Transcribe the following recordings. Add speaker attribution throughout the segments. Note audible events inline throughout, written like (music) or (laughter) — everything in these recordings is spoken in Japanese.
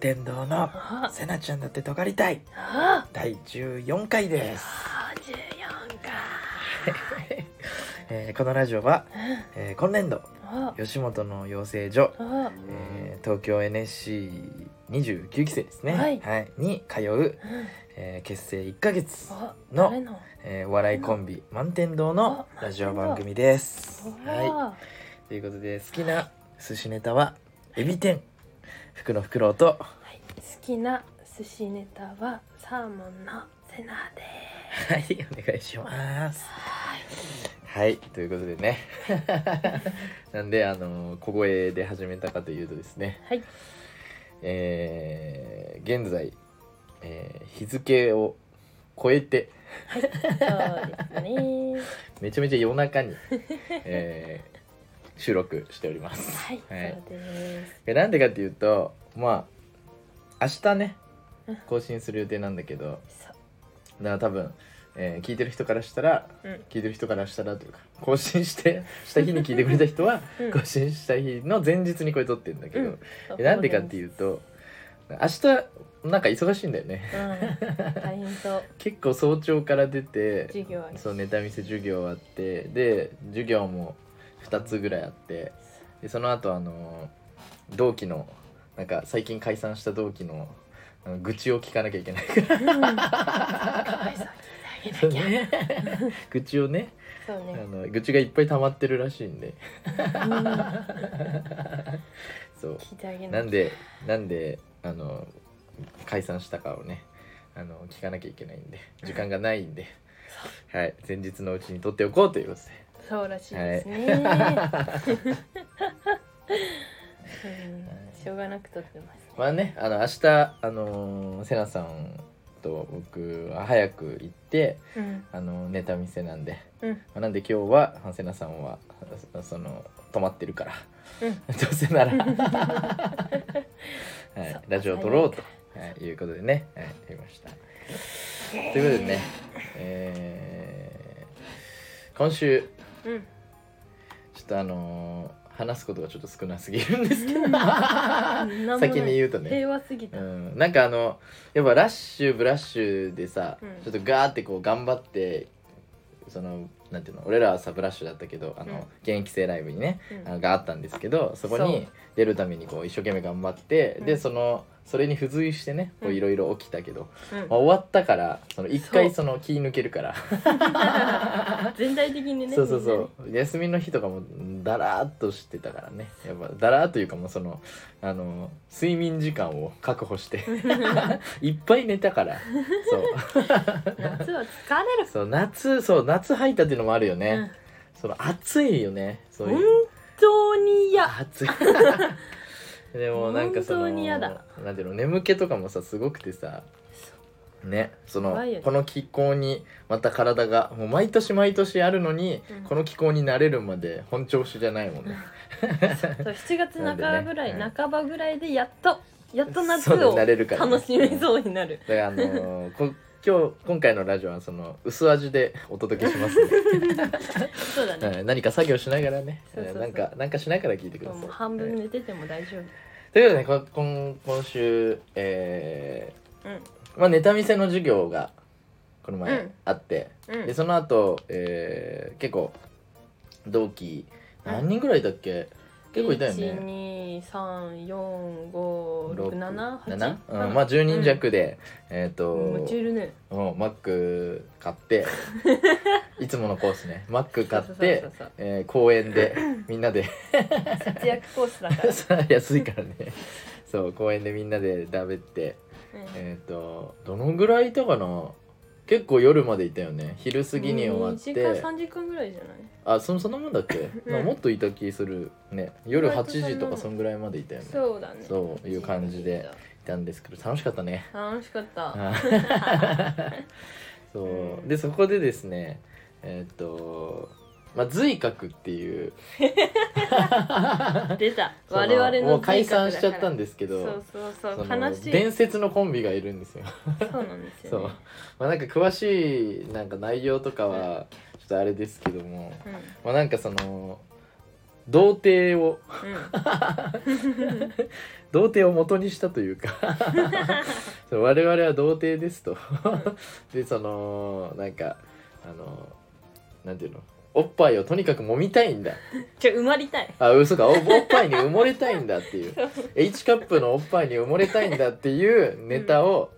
Speaker 1: 天堂のせなちゃんだってとがりたい
Speaker 2: あ
Speaker 1: 第14回です、
Speaker 2: あ十四か。
Speaker 1: えーこのラジオは、
Speaker 2: うん
Speaker 1: えー今年度
Speaker 2: あ
Speaker 1: 吉本の養成所、
Speaker 2: あ
Speaker 1: えー東京 NSC29 期生ですね、
Speaker 2: はい
Speaker 1: に通う、
Speaker 2: うん
Speaker 1: えー結成1ヶ月、
Speaker 2: あ
Speaker 1: の
Speaker 2: 誰の
Speaker 1: えーお笑いコンビ満天堂の
Speaker 2: あ
Speaker 1: ラジオ番組です。は、
Speaker 2: はい
Speaker 1: ということで好きな寿司ネタはエビ天福のフクロウと
Speaker 2: い好きな寿司ネタはサーモンのセナです。
Speaker 1: はいお願いします。
Speaker 2: はい
Speaker 1: はいということでね (laughs) なんであの小声で始めたかというとですね、
Speaker 2: はい
Speaker 1: えー現在、えー日付を超えて
Speaker 2: そうですね。
Speaker 1: めちゃめちゃ夜中に、えー収録しております。
Speaker 2: はいそうです。
Speaker 1: えなんでかっていうとまあ明日ね
Speaker 2: うん
Speaker 1: 更新する予定なんだけど
Speaker 2: そう
Speaker 1: だから多分、えー聞いてる人からしたら
Speaker 2: うん
Speaker 1: 聞いてる人からしたらというか更新してした日に聞いてくれた人は
Speaker 2: (laughs) うん
Speaker 1: 更新した日の前日にこれ撮ってるんだけど、
Speaker 2: うん。
Speaker 1: えなんでかっていううと明日なんか忙しいんだよね
Speaker 2: うん大変そう
Speaker 1: 結構早朝から出て
Speaker 2: 授業
Speaker 1: (laughs)
Speaker 2: は。
Speaker 1: そうネタ見せ授業あってで授業も2つぐらいあってでその後あの同期のなんか最近解散した同期のあの愚痴を聞かなきゃいけないか
Speaker 2: うんかわいそう聞いてあ
Speaker 1: ら、
Speaker 2: げなきゃ。 (laughs)
Speaker 1: ね、愚痴をね
Speaker 2: そう
Speaker 1: (laughs) あ
Speaker 2: ね。
Speaker 1: の愚痴がいっぱい溜まってるらしいんで
Speaker 2: うん
Speaker 1: そう
Speaker 2: 聞いてあげなきゃ
Speaker 1: なんでなんであの解散したかをねあの聞かなきゃいけないんで時間がないんで、はい、前日のうちに撮っておこうということで。
Speaker 2: そうらしいですね。うんしょうがなく撮ってます、ね。
Speaker 1: まあね、あの明日あのー、セナさんと僕は早く行って
Speaker 2: うん、
Speaker 1: あのネタ見せなんで、
Speaker 2: うん、
Speaker 1: まあなんで今日はあセナさんはそその泊まってるから
Speaker 2: うん、
Speaker 1: (laughs) どうせな
Speaker 2: (laughs)
Speaker 1: ら、は
Speaker 2: そう
Speaker 1: い、ラジオを撮ろうと、はい、いうことでね、はい、やりました。ということでね、えー今週
Speaker 2: うん、
Speaker 1: ちょっとあのー話すことがちょっと少なすぎるんですけど、
Speaker 2: うんない
Speaker 1: 先に言うとね。
Speaker 2: 平和すぎた。
Speaker 1: う
Speaker 2: うん、
Speaker 1: ん、なんかあのやっぱラッシュブラッシュでさ、
Speaker 2: うん
Speaker 1: ちょっとガーってこう頑張ってそのなんていうの俺らはさブラッシュだったけどあの、
Speaker 2: うん
Speaker 1: 現役生ライブにね、
Speaker 2: うん
Speaker 1: あのがあったんですけどそこ
Speaker 2: そう
Speaker 1: に出るためにこう一生懸命頑張って、
Speaker 2: う
Speaker 1: で
Speaker 2: ん
Speaker 1: そのそれに付随してねこう
Speaker 2: うん
Speaker 1: いろいろ起きたけど、まあ、終わったからその一回
Speaker 2: そ
Speaker 1: その気抜けるから
Speaker 2: 全体的にね。
Speaker 1: そうそうそう休みの日とかもだらーっとしてたからねやっぱだらーというかもうそのあの睡眠時間を確保して
Speaker 2: (laughs)
Speaker 1: いっぱい寝たからそう
Speaker 2: みんな夏は疲れる。
Speaker 1: そう夏そう夏入ったっていうのもあるよ
Speaker 2: う
Speaker 1: ね
Speaker 2: ん、、
Speaker 1: その暑いよねそう
Speaker 2: 本
Speaker 1: いう
Speaker 2: 当に
Speaker 1: (laughs)
Speaker 2: 嫌。 (laughs)
Speaker 1: 暑いでもなんかその
Speaker 2: 本当に嫌だ
Speaker 1: なんていうの眠気とかもさすごくてさね、その
Speaker 2: 怖いよね
Speaker 1: この気候にまた体がもう毎年毎年あるのに、
Speaker 2: うん
Speaker 1: この気候に慣れるまで本調子じゃないもんね。
Speaker 2: そう、7月半ばぐらい、
Speaker 1: なんでね
Speaker 2: 半ばぐらいでやっと、やっと夏
Speaker 1: そう
Speaker 2: を
Speaker 1: ね慣れるからね
Speaker 2: 楽しめそうになる。
Speaker 1: だからあのー
Speaker 2: (laughs)
Speaker 1: こ今日今回のラジオはその薄味でお届けし
Speaker 2: (laughs)
Speaker 1: ますね。
Speaker 2: そうだね。
Speaker 1: はい何か作業しながらね、
Speaker 2: そうそうそう
Speaker 1: なんかなんかしながら聞いてください
Speaker 2: もう。半分
Speaker 1: はい
Speaker 2: 寝てても大丈夫。
Speaker 1: ということでねこ今今週、え
Speaker 2: うん、
Speaker 1: ーまあネタ見せの授業がこの
Speaker 2: う
Speaker 1: 前
Speaker 2: ん
Speaker 1: あって、
Speaker 2: うん
Speaker 1: で。その後、えー結構同期何人ぐらいだっけ、結構いたよね。
Speaker 2: 一二三四五六七八。
Speaker 1: 7? うん、まあ10人弱で、えっ、と
Speaker 2: うん。夢中いるね。
Speaker 1: うんマック買って
Speaker 2: (laughs)
Speaker 1: いつものコースねマック買っ
Speaker 2: そうそう
Speaker 1: て
Speaker 2: そうそう。
Speaker 1: えー公園でみんなで (laughs)
Speaker 2: 節約コースだから。
Speaker 1: 安いからねそう公園でみんなでだべって
Speaker 2: うん
Speaker 1: えっ、とどのぐらいいたかな結構夜までいたよね昼過ぎに終わっ
Speaker 2: 二時間
Speaker 1: て
Speaker 2: 三時間ぐらいじゃない。
Speaker 1: あそそんなもんだっけ、
Speaker 2: うん
Speaker 1: まあもっといた気するね夜
Speaker 2: 意
Speaker 1: 8
Speaker 2: 外とそんな
Speaker 1: 時とかそんぐらいまでいたよねい
Speaker 2: そうだね。
Speaker 1: そういう感じで。たんですけど楽しかったね
Speaker 2: 楽しかった。
Speaker 1: そううんでそこでですねえーっとまあ髄核っていう
Speaker 2: 出た。
Speaker 1: その
Speaker 2: 我々の
Speaker 1: もう解散しちゃったん
Speaker 2: で
Speaker 1: ですけ
Speaker 2: け
Speaker 1: ど
Speaker 2: そうそうそう。
Speaker 1: その
Speaker 2: 悲しい。
Speaker 1: 伝説のコンビがいるんですよ
Speaker 2: (laughs) そうなんですよね。
Speaker 1: まあなんか詳しいなんか内容とかはちょっとあれですけども
Speaker 2: うん。
Speaker 1: まあなんかその童貞を
Speaker 2: うん、
Speaker 1: 童貞を元にしたとい
Speaker 2: (laughs)
Speaker 1: うかそう我々は童貞ですとでそのなんかあのなんていうのおっぱいをとにかく揉みたいんだ
Speaker 2: じゃあ埋まりた
Speaker 1: (laughs)
Speaker 2: い
Speaker 1: あ嘘かおおっぱいに埋もれたいんだっていう H カップのおっぱいに埋もれたいんだっていうネタを、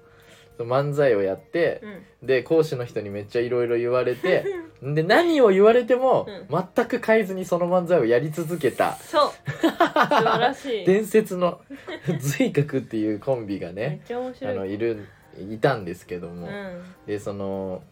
Speaker 1: 漫才をやって
Speaker 2: う、ん
Speaker 1: で講師の人にめっちゃいろいろ言われてで何を言われても、
Speaker 2: う
Speaker 1: 全く変えずにその漫才をやり続けた
Speaker 2: そう素晴らしいめっ
Speaker 1: 伝説の (laughs) 随角っていうコンビがね
Speaker 2: ちゃ面白
Speaker 1: あ
Speaker 2: い
Speaker 1: のいるいたんですけども、
Speaker 2: うん
Speaker 1: でその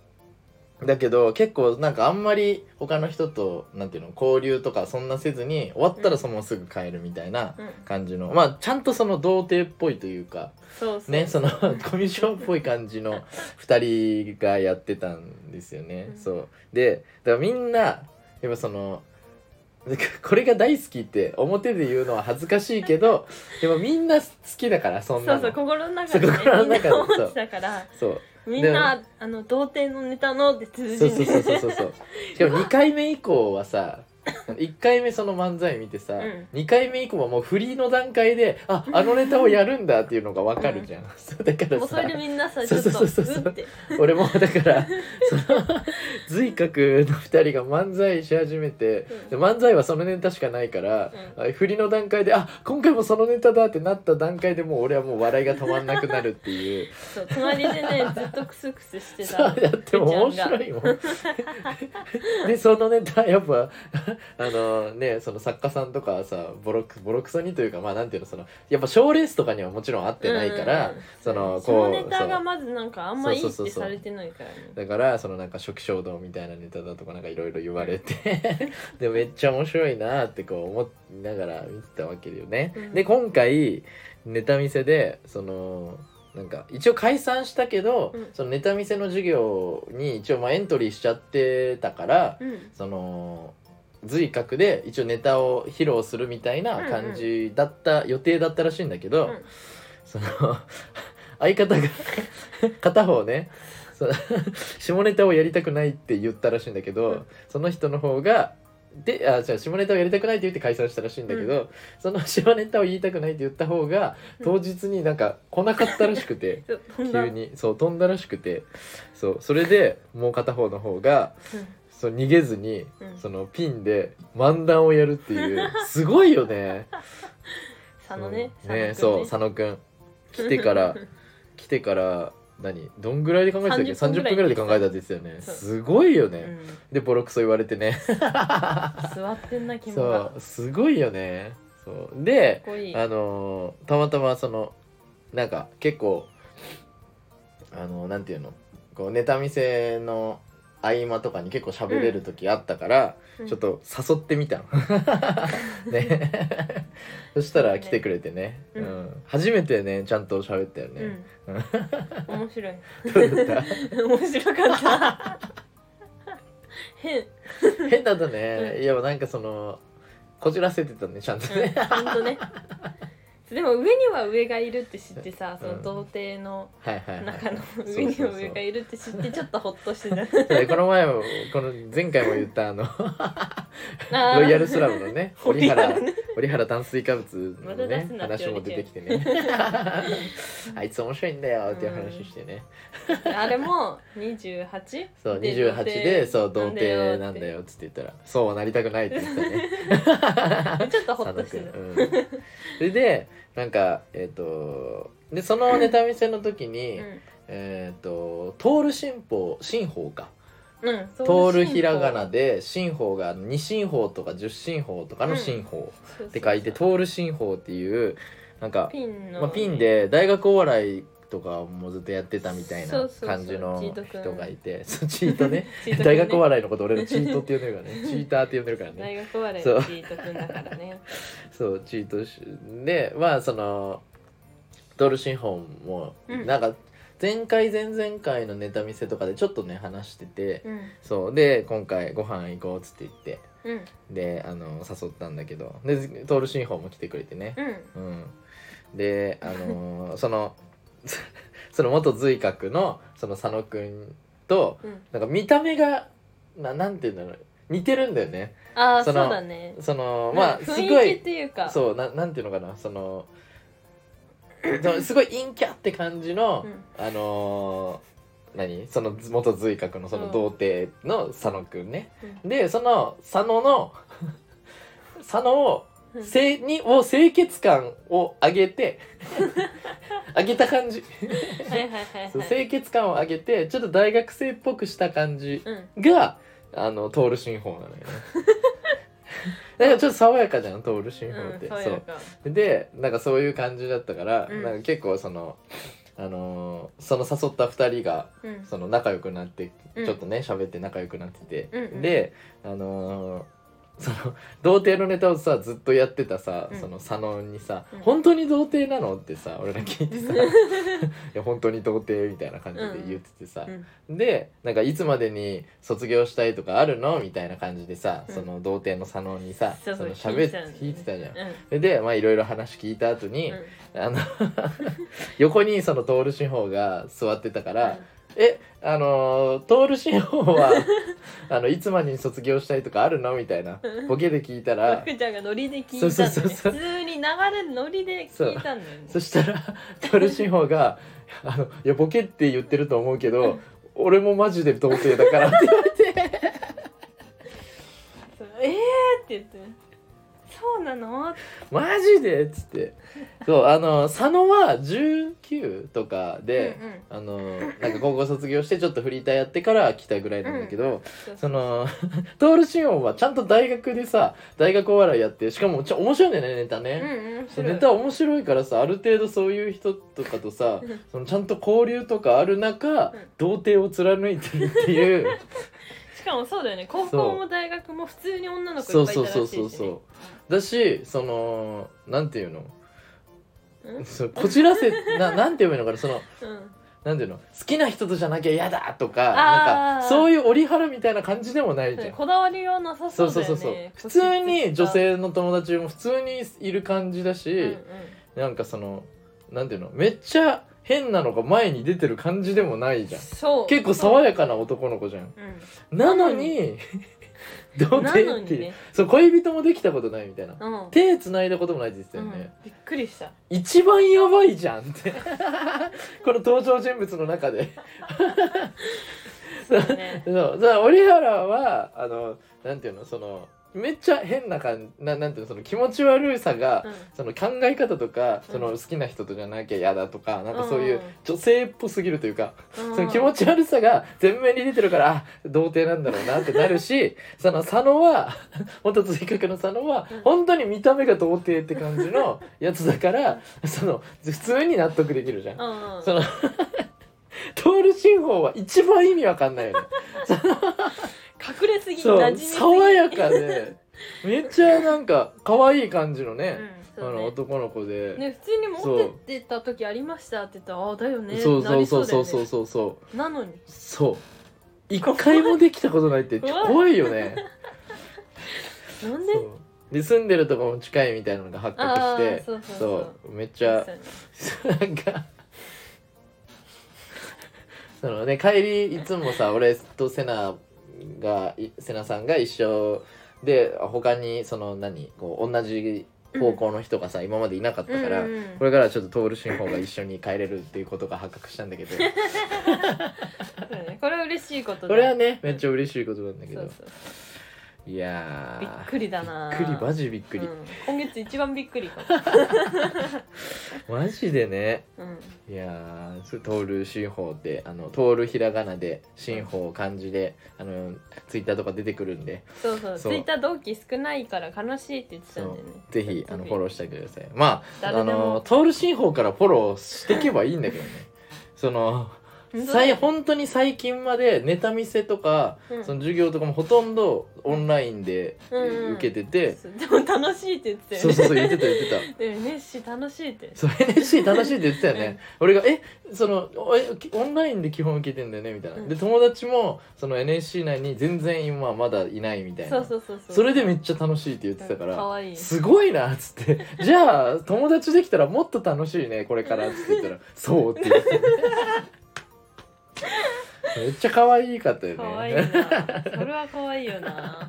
Speaker 1: だけど結構なんかあんまり他の人となんていうの交流とかそんなせずに終わったらそのすぐ帰るみたいな
Speaker 2: うん
Speaker 1: 感じの、まあちゃんとその童貞っぽいというか
Speaker 2: そうそう
Speaker 1: ねその (laughs) コミュ障っぽい感じの2人がやってたんですよね。
Speaker 2: うん
Speaker 1: そうでだからみんなやっぱそのなんかこれが大好きって表で言うのは恥ずかしいけどでもみんな好きだからそん
Speaker 2: そ
Speaker 1: な
Speaker 2: う
Speaker 1: の
Speaker 2: そう心の中で、
Speaker 1: そう
Speaker 2: ね、
Speaker 1: 心の
Speaker 2: みん
Speaker 1: 中で
Speaker 2: な思ってたから
Speaker 1: そう
Speaker 2: みんなあの童貞のネタのって通
Speaker 1: そう
Speaker 2: じ
Speaker 1: そ
Speaker 2: て
Speaker 1: うそうそうそうそうしかも2回目以降はさ1回目その漫才見てさ、
Speaker 2: うん
Speaker 1: 2回目以降はもうフリーの段階でああのネタをやるんだっていうのが分かる
Speaker 2: (laughs)
Speaker 1: じゃん、そうだから
Speaker 2: もうそ
Speaker 1: さ
Speaker 2: れでみんなさち
Speaker 1: そ
Speaker 2: ょ
Speaker 1: う
Speaker 2: っと
Speaker 1: そううそうそう
Speaker 2: っって
Speaker 1: 俺もだからその随格の2人が漫才し始めて、で漫才はそのネタしかないから、あ振りの段階であ今回もそのネタだってなった段階でもう俺はもう笑いが止まんなくなるっていう。
Speaker 2: そう隣で
Speaker 1: (laughs)
Speaker 2: ねずっとクスクスして
Speaker 1: そ
Speaker 2: た
Speaker 1: うやっても面白いもん。 (laughs) でそのネタやっぱ (laughs) あのねその作家さんとかはさボロクボロクソにというかまあなんていうのそのやっぱ賞レースとかにはもちろん合ってないから、
Speaker 2: うんうん
Speaker 1: その
Speaker 2: そ
Speaker 1: こ
Speaker 2: の
Speaker 1: う
Speaker 2: ネタ
Speaker 1: そ
Speaker 2: が
Speaker 1: う
Speaker 2: まずなんかあんまいい
Speaker 1: そう
Speaker 2: っ
Speaker 1: そう
Speaker 2: て
Speaker 1: そうそう
Speaker 2: されてないからね
Speaker 1: だからそのなんか初期衝動みたいなネタだとかなんかいろいろ言われて (laughs) でめっちゃ面白いなってこう思いながら見てたわけだよね。
Speaker 2: うん
Speaker 1: で今回ネタ見せでそのなんか一応解散したけど、
Speaker 2: うん
Speaker 1: そのネタ見せの授業に一応まあエントリーしちゃってたから、
Speaker 2: うん
Speaker 1: その随格で一応ネタを披露するみたいな感じだった、予定だったらしいんだけど、
Speaker 2: うん
Speaker 1: その (laughs) 相方が片方ねその下ネタをやりたくないって言ったらしいんだけど、
Speaker 2: うん
Speaker 1: その人の方がであじゃ下ネタをやりたくないって言って解散したらしいんだけど、その下ネタを言いたくないって言った方が
Speaker 2: うん。
Speaker 1: 当日になんか来なかったらしくて
Speaker 2: ちょっと飛んだ
Speaker 1: 急にそう飛んだらしくてそうそれでもう片方の方が
Speaker 2: うん
Speaker 1: そう逃げずに、
Speaker 2: うん
Speaker 1: そのピンで漫談をやるっていう
Speaker 2: (laughs)
Speaker 1: すごいよね。
Speaker 2: 佐野ね
Speaker 1: うんねそう佐野くん来て
Speaker 2: (laughs)
Speaker 1: から来てから何どんぐらいで考えてたっけ
Speaker 2: 30
Speaker 1: 30分ぐらいで考えたんですよね。
Speaker 2: そう
Speaker 1: すごいよ
Speaker 2: う
Speaker 1: ね。
Speaker 2: ん
Speaker 1: でボロクソ言われてね。
Speaker 2: 座ってんな肝
Speaker 1: そ
Speaker 2: が
Speaker 1: うすごいよね。そう
Speaker 2: か
Speaker 1: で
Speaker 2: っこいい
Speaker 1: あのーたまたまそのなんか結構あのーなんていうのこうネタ見せの合間とかに結構喋れる時あったから。
Speaker 2: うん
Speaker 1: ちょっと誘ってみた
Speaker 2: (laughs)
Speaker 1: の。ね。そしたら来てくれてね。
Speaker 2: う
Speaker 1: うんん。初めてね、ちゃんと喋ったよね。
Speaker 2: うん面白い
Speaker 1: (laughs) どうだっ
Speaker 2: 面白かった
Speaker 1: (laughs)
Speaker 2: 変
Speaker 1: た変だった
Speaker 2: う
Speaker 1: ね。いや、なんかその、こじらせてたね、ちゃんと
Speaker 2: うん
Speaker 1: ね。
Speaker 2: ほんとねでも上には上がいるって知ってさその童貞の
Speaker 1: はいはいはい。
Speaker 2: 中の
Speaker 1: そうそう
Speaker 2: 上には上がいるって知ってちょっとほっとしてた
Speaker 1: でこの前も、この前回も言ったあの、
Speaker 2: あー
Speaker 1: ロイヤルスラム
Speaker 2: (laughs)
Speaker 1: のね、
Speaker 2: ロイ
Speaker 1: 折
Speaker 2: ヤ
Speaker 1: 原
Speaker 2: ルね、
Speaker 1: 折原炭水化物
Speaker 2: ま
Speaker 1: の
Speaker 2: た出
Speaker 1: ね
Speaker 2: す、なって
Speaker 1: 話
Speaker 2: 言わ
Speaker 1: も
Speaker 2: れて
Speaker 1: 出てきてね。
Speaker 2: (laughs)
Speaker 1: (laughs) あいつ面白いんだよっていう話してね。
Speaker 2: あれも 28?
Speaker 1: そう28でそう童貞なんだ
Speaker 2: っ
Speaker 1: よっつって言ったら「そうはなりたくない」って言っ
Speaker 2: (laughs)
Speaker 1: たね
Speaker 2: てちょっとほっ
Speaker 1: 佐
Speaker 2: と
Speaker 1: 野
Speaker 2: して
Speaker 1: 君、
Speaker 2: た
Speaker 1: うん、それでなんかえっ、とでそのネタ見せの時に、えっ、とトール新法新法か
Speaker 2: うん、うん、
Speaker 1: トー
Speaker 2: そう
Speaker 1: ルひらがなで新法が二進法とか十進法とかの新法
Speaker 2: そうそう
Speaker 1: って書いて、トール新法っていうなんか、
Speaker 2: ピンの、
Speaker 1: まあ、ピンで大学お笑いとかもずっとやってたみたい
Speaker 2: そ
Speaker 1: な
Speaker 2: うそうそう
Speaker 1: 感じの
Speaker 2: チート君
Speaker 1: 人がいてそうチートね
Speaker 2: チート君ね
Speaker 1: (laughs) 大学お笑いのこと俺らチートって呼んでるから
Speaker 2: (laughs)
Speaker 1: ねチーターって呼んでるからね
Speaker 2: 大学笑い
Speaker 1: そう
Speaker 2: チートくんだからね
Speaker 1: そうチートしでまあそのドルシンホンも
Speaker 2: うん
Speaker 1: なんか前回前々回のネタ見せとかでちょっとね話してて、
Speaker 2: うん
Speaker 1: そうで今回ご飯行こうっつって言って
Speaker 2: うん
Speaker 1: であの誘ったんだけどでトールシンホンも来てくれてね、
Speaker 2: うん
Speaker 1: うん、であの (laughs) ーそのその元随格のその佐野くんと
Speaker 2: うん
Speaker 1: なんか見た目がななんて言うんだろう似てるんだよね
Speaker 2: ああそ
Speaker 1: そうの
Speaker 2: だね
Speaker 1: そのまあす
Speaker 2: 雰
Speaker 1: ご
Speaker 2: 囲気
Speaker 1: い
Speaker 2: っていうか
Speaker 1: そうななんていうのかなそのそのすごい陰キャって感じの、
Speaker 2: うん
Speaker 1: あのー何その元随格のその童貞の佐野くんね、
Speaker 2: う
Speaker 1: でその佐野の (laughs) 佐野を
Speaker 2: うん
Speaker 1: 清にを清潔感を上げ
Speaker 2: (laughs)
Speaker 1: て上げた感じ
Speaker 2: はいはいはい
Speaker 1: そう
Speaker 2: はい
Speaker 1: 清潔感を上げてちょっと大学生っぽくした感じ
Speaker 2: うん
Speaker 1: が、あのトール新法なの
Speaker 2: (laughs)
Speaker 1: よねだからちょっと爽やかじゃんトール新法っ
Speaker 2: う
Speaker 1: て、
Speaker 2: んそう
Speaker 1: そ
Speaker 2: や
Speaker 1: う
Speaker 2: か
Speaker 1: でなんかそういう感じだったから、
Speaker 2: うん
Speaker 1: なんか結構そのあのーその誘った2人が
Speaker 2: うん
Speaker 1: その仲良くなって、
Speaker 2: うん
Speaker 1: ちょっとね喋って仲良くなってて、
Speaker 2: うんうん
Speaker 1: であのーその童貞のネタをさずっとやってたさ、
Speaker 2: うん
Speaker 1: その佐野にさ、
Speaker 2: うん
Speaker 1: 本当に童貞なの?」ってさ俺ら聞いてさ
Speaker 2: (laughs)
Speaker 1: 「いや本当に童貞」みたいな感じで言っててさ、
Speaker 2: うん
Speaker 1: でなんかいつまでに卒業したいとかあるのみたいな感じでさ、
Speaker 2: うん
Speaker 1: その童貞の佐野にさ
Speaker 2: そうそう
Speaker 1: の喋って
Speaker 2: 聞
Speaker 1: 聞
Speaker 2: い
Speaker 1: い
Speaker 2: て
Speaker 1: て
Speaker 2: た
Speaker 1: た
Speaker 2: ん
Speaker 1: じ
Speaker 2: だ
Speaker 1: ゃ
Speaker 2: よ
Speaker 1: ん。
Speaker 2: ね
Speaker 1: それでまあいろいろ話聞いた後に、
Speaker 2: うんうん (laughs)
Speaker 1: あの横にそのトール司法が座ってたから、えあのートール司法はあのいつまでに卒業したいとかあるのみたいなボケで聞いた
Speaker 2: うん
Speaker 1: ら
Speaker 2: 福ちゃんがノリで聞い
Speaker 1: そうそ
Speaker 2: た
Speaker 1: うん
Speaker 2: だ
Speaker 1: そ
Speaker 2: よね
Speaker 1: うそ
Speaker 2: 普
Speaker 1: う
Speaker 2: 通に流れるノリで聞いたんだよね
Speaker 1: そしたらトール司法が「あのいやボケって言ってると思うけど俺もマジで童貞だから」
Speaker 2: (laughs)
Speaker 1: って言われて
Speaker 2: そうえーって言ってそうなの
Speaker 1: 「マジで?」っつってそうあの佐野は19とかで。
Speaker 2: うんうん
Speaker 1: あのなんか高校卒業してちょっとフリーターやってから来たぐらいなんだけど、
Speaker 2: そうそ
Speaker 1: そうのトールシオンはちゃんと大学でさ大学お笑いやってしかもちょ面白いんだよねネタ
Speaker 2: うん
Speaker 1: ね、
Speaker 2: うん面
Speaker 1: そ
Speaker 2: 白
Speaker 1: う
Speaker 2: い
Speaker 1: ネタ面白いからさある程度そういう人とかとさ
Speaker 2: うん
Speaker 1: そのちゃんと交流とかある中、童貞を貫いてるって
Speaker 2: (laughs)
Speaker 1: いう
Speaker 2: しかもそうだよね高校も大学も普通に女の子
Speaker 1: そ
Speaker 2: いうっぱいい
Speaker 1: そ
Speaker 2: た
Speaker 1: う
Speaker 2: らしいし、ね、
Speaker 1: そうそうそうだしそのなんていうの
Speaker 2: うん
Speaker 1: そうこじらせ (laughs) ななんて言えばいいのかなその
Speaker 2: うん
Speaker 1: なんていうの好きな人とじゃなきゃ嫌だとか
Speaker 2: あー
Speaker 1: なんかそういう折り腹みたいな感じでもないじゃん
Speaker 2: こだわりはなさ
Speaker 1: そ
Speaker 2: そううだ
Speaker 1: そ
Speaker 2: よ
Speaker 1: うそ
Speaker 2: ね
Speaker 1: うそう、普通に女性の友達も普通にいる感じだし、
Speaker 2: うんうん
Speaker 1: なんかそのなんていうのめっちゃ変なのが前に出てる感じでもないじゃん
Speaker 2: そう
Speaker 1: 結構爽やかな男の子じゃん
Speaker 2: う
Speaker 1: なのに童
Speaker 2: ん、なの
Speaker 1: 貞っ
Speaker 2: に
Speaker 1: ていう、
Speaker 2: ね、
Speaker 1: そう恋人もできたことないみたいな、
Speaker 2: うん
Speaker 1: 手つないだこともないって言ってた
Speaker 2: う
Speaker 1: よ
Speaker 2: ん
Speaker 1: ね、、
Speaker 2: びっくりした
Speaker 1: 一番やばいじゃんって
Speaker 2: (laughs)
Speaker 1: この登場人物の中で
Speaker 2: そうだね
Speaker 1: そう、だから折原はあのなんていうのそのめっちゃ変な感じななんていうのその気持ち悪さが、
Speaker 2: うん
Speaker 1: その考え方とか
Speaker 2: うん
Speaker 1: その好きな人とじゃなきゃ嫌だとかなん
Speaker 2: う
Speaker 1: か
Speaker 2: ん
Speaker 1: そういう女性っぽすぎるというか、
Speaker 2: うん
Speaker 1: その気持ち悪さが前面に出てるからあ童貞なんだろうなってな
Speaker 2: (laughs)
Speaker 1: るしその佐野は元追覚の佐野は
Speaker 2: うん
Speaker 1: 本当に見た目が童貞って感じのやつだからその普通に納得できるじゃん。
Speaker 2: うんうん
Speaker 1: そのトール信号は一番意味わかんない
Speaker 2: (laughs)
Speaker 1: よね。
Speaker 2: 隠れすぎ
Speaker 1: そ
Speaker 2: 馴染
Speaker 1: う
Speaker 2: みすぎ
Speaker 1: 爽やかでめっちゃなんか可愛い感じの
Speaker 2: う
Speaker 1: ね、
Speaker 2: ん
Speaker 1: あ
Speaker 2: そう
Speaker 1: の
Speaker 2: ね
Speaker 1: 男の子で。
Speaker 2: ね普通に持ってってた時ありましたって言ったらああだよね
Speaker 1: そうそうそうそう
Speaker 2: なりだよ
Speaker 1: そ
Speaker 2: ね
Speaker 1: うそうそう
Speaker 2: なのに
Speaker 1: そう一回もできたことないってちょ
Speaker 2: 怖い
Speaker 1: 怖いよ
Speaker 2: (laughs)
Speaker 1: ね
Speaker 2: なんで
Speaker 1: そうで住んでるとこも近いみたいなのが発覚
Speaker 2: あ
Speaker 1: して
Speaker 2: ーそうそう
Speaker 1: そうめっちゃ
Speaker 2: そうね
Speaker 1: なんか (laughs) そのね帰りいつもさ俺とセナがいセナさんが一緒で他にその何こう同じ方向の人がさ、今までいなかったから、
Speaker 2: うんうん
Speaker 1: これからちょっとトール新法が一緒に帰れるっていうことが発覚したんだけど
Speaker 2: そうねこれは嬉しいことだ
Speaker 1: これはねめっちゃ嬉しいことなんだけ
Speaker 2: そ
Speaker 1: ど
Speaker 2: うそう
Speaker 1: いやー
Speaker 2: びっくりだな
Speaker 1: びっくりマジびっくり、
Speaker 2: うん今月一番びっくりかも、
Speaker 1: マジでね (laughs)
Speaker 2: うん、
Speaker 1: いやーそうトール新法ってあのトールひらがなで新法漢字であのツイッターとか出てくるんで
Speaker 2: そうそう
Speaker 1: そう
Speaker 2: ツイッター同期少ないから悲しいって言ってたんだよね
Speaker 1: ぜひあのフォロ
Speaker 2: ー
Speaker 1: ーしてくださいまああ
Speaker 2: 誰でも
Speaker 1: のトール新法からフォローしてけばいいんだけどねそのさい本当に最近までネタ見せとか、
Speaker 2: うん
Speaker 1: その授業とかもほとんどオンラインで
Speaker 2: うん
Speaker 1: 受けてて、
Speaker 2: でも楽しいって言ってたよ
Speaker 1: そう
Speaker 2: ね
Speaker 1: そうそう言ってた言ってた
Speaker 2: でもネッシー楽しいって
Speaker 1: そう NSC 楽しいって言ってたよね俺が「えそのおえオンラインで基本受けてんだよね」みたいな、
Speaker 2: うん
Speaker 1: で友達もその NSC 内に全然今まだいないみたいな
Speaker 2: そうそうそうそう
Speaker 1: それでめっちゃ楽しいって言ってたから、
Speaker 2: かわいい
Speaker 1: すごいなっつって「じゃあ友達できたらも
Speaker 2: (laughs)
Speaker 1: っと楽しいねこれから」っつって言ったら「そう」って言ってためっちゃ可愛かったよね
Speaker 2: 可愛いな。それは可愛いよな。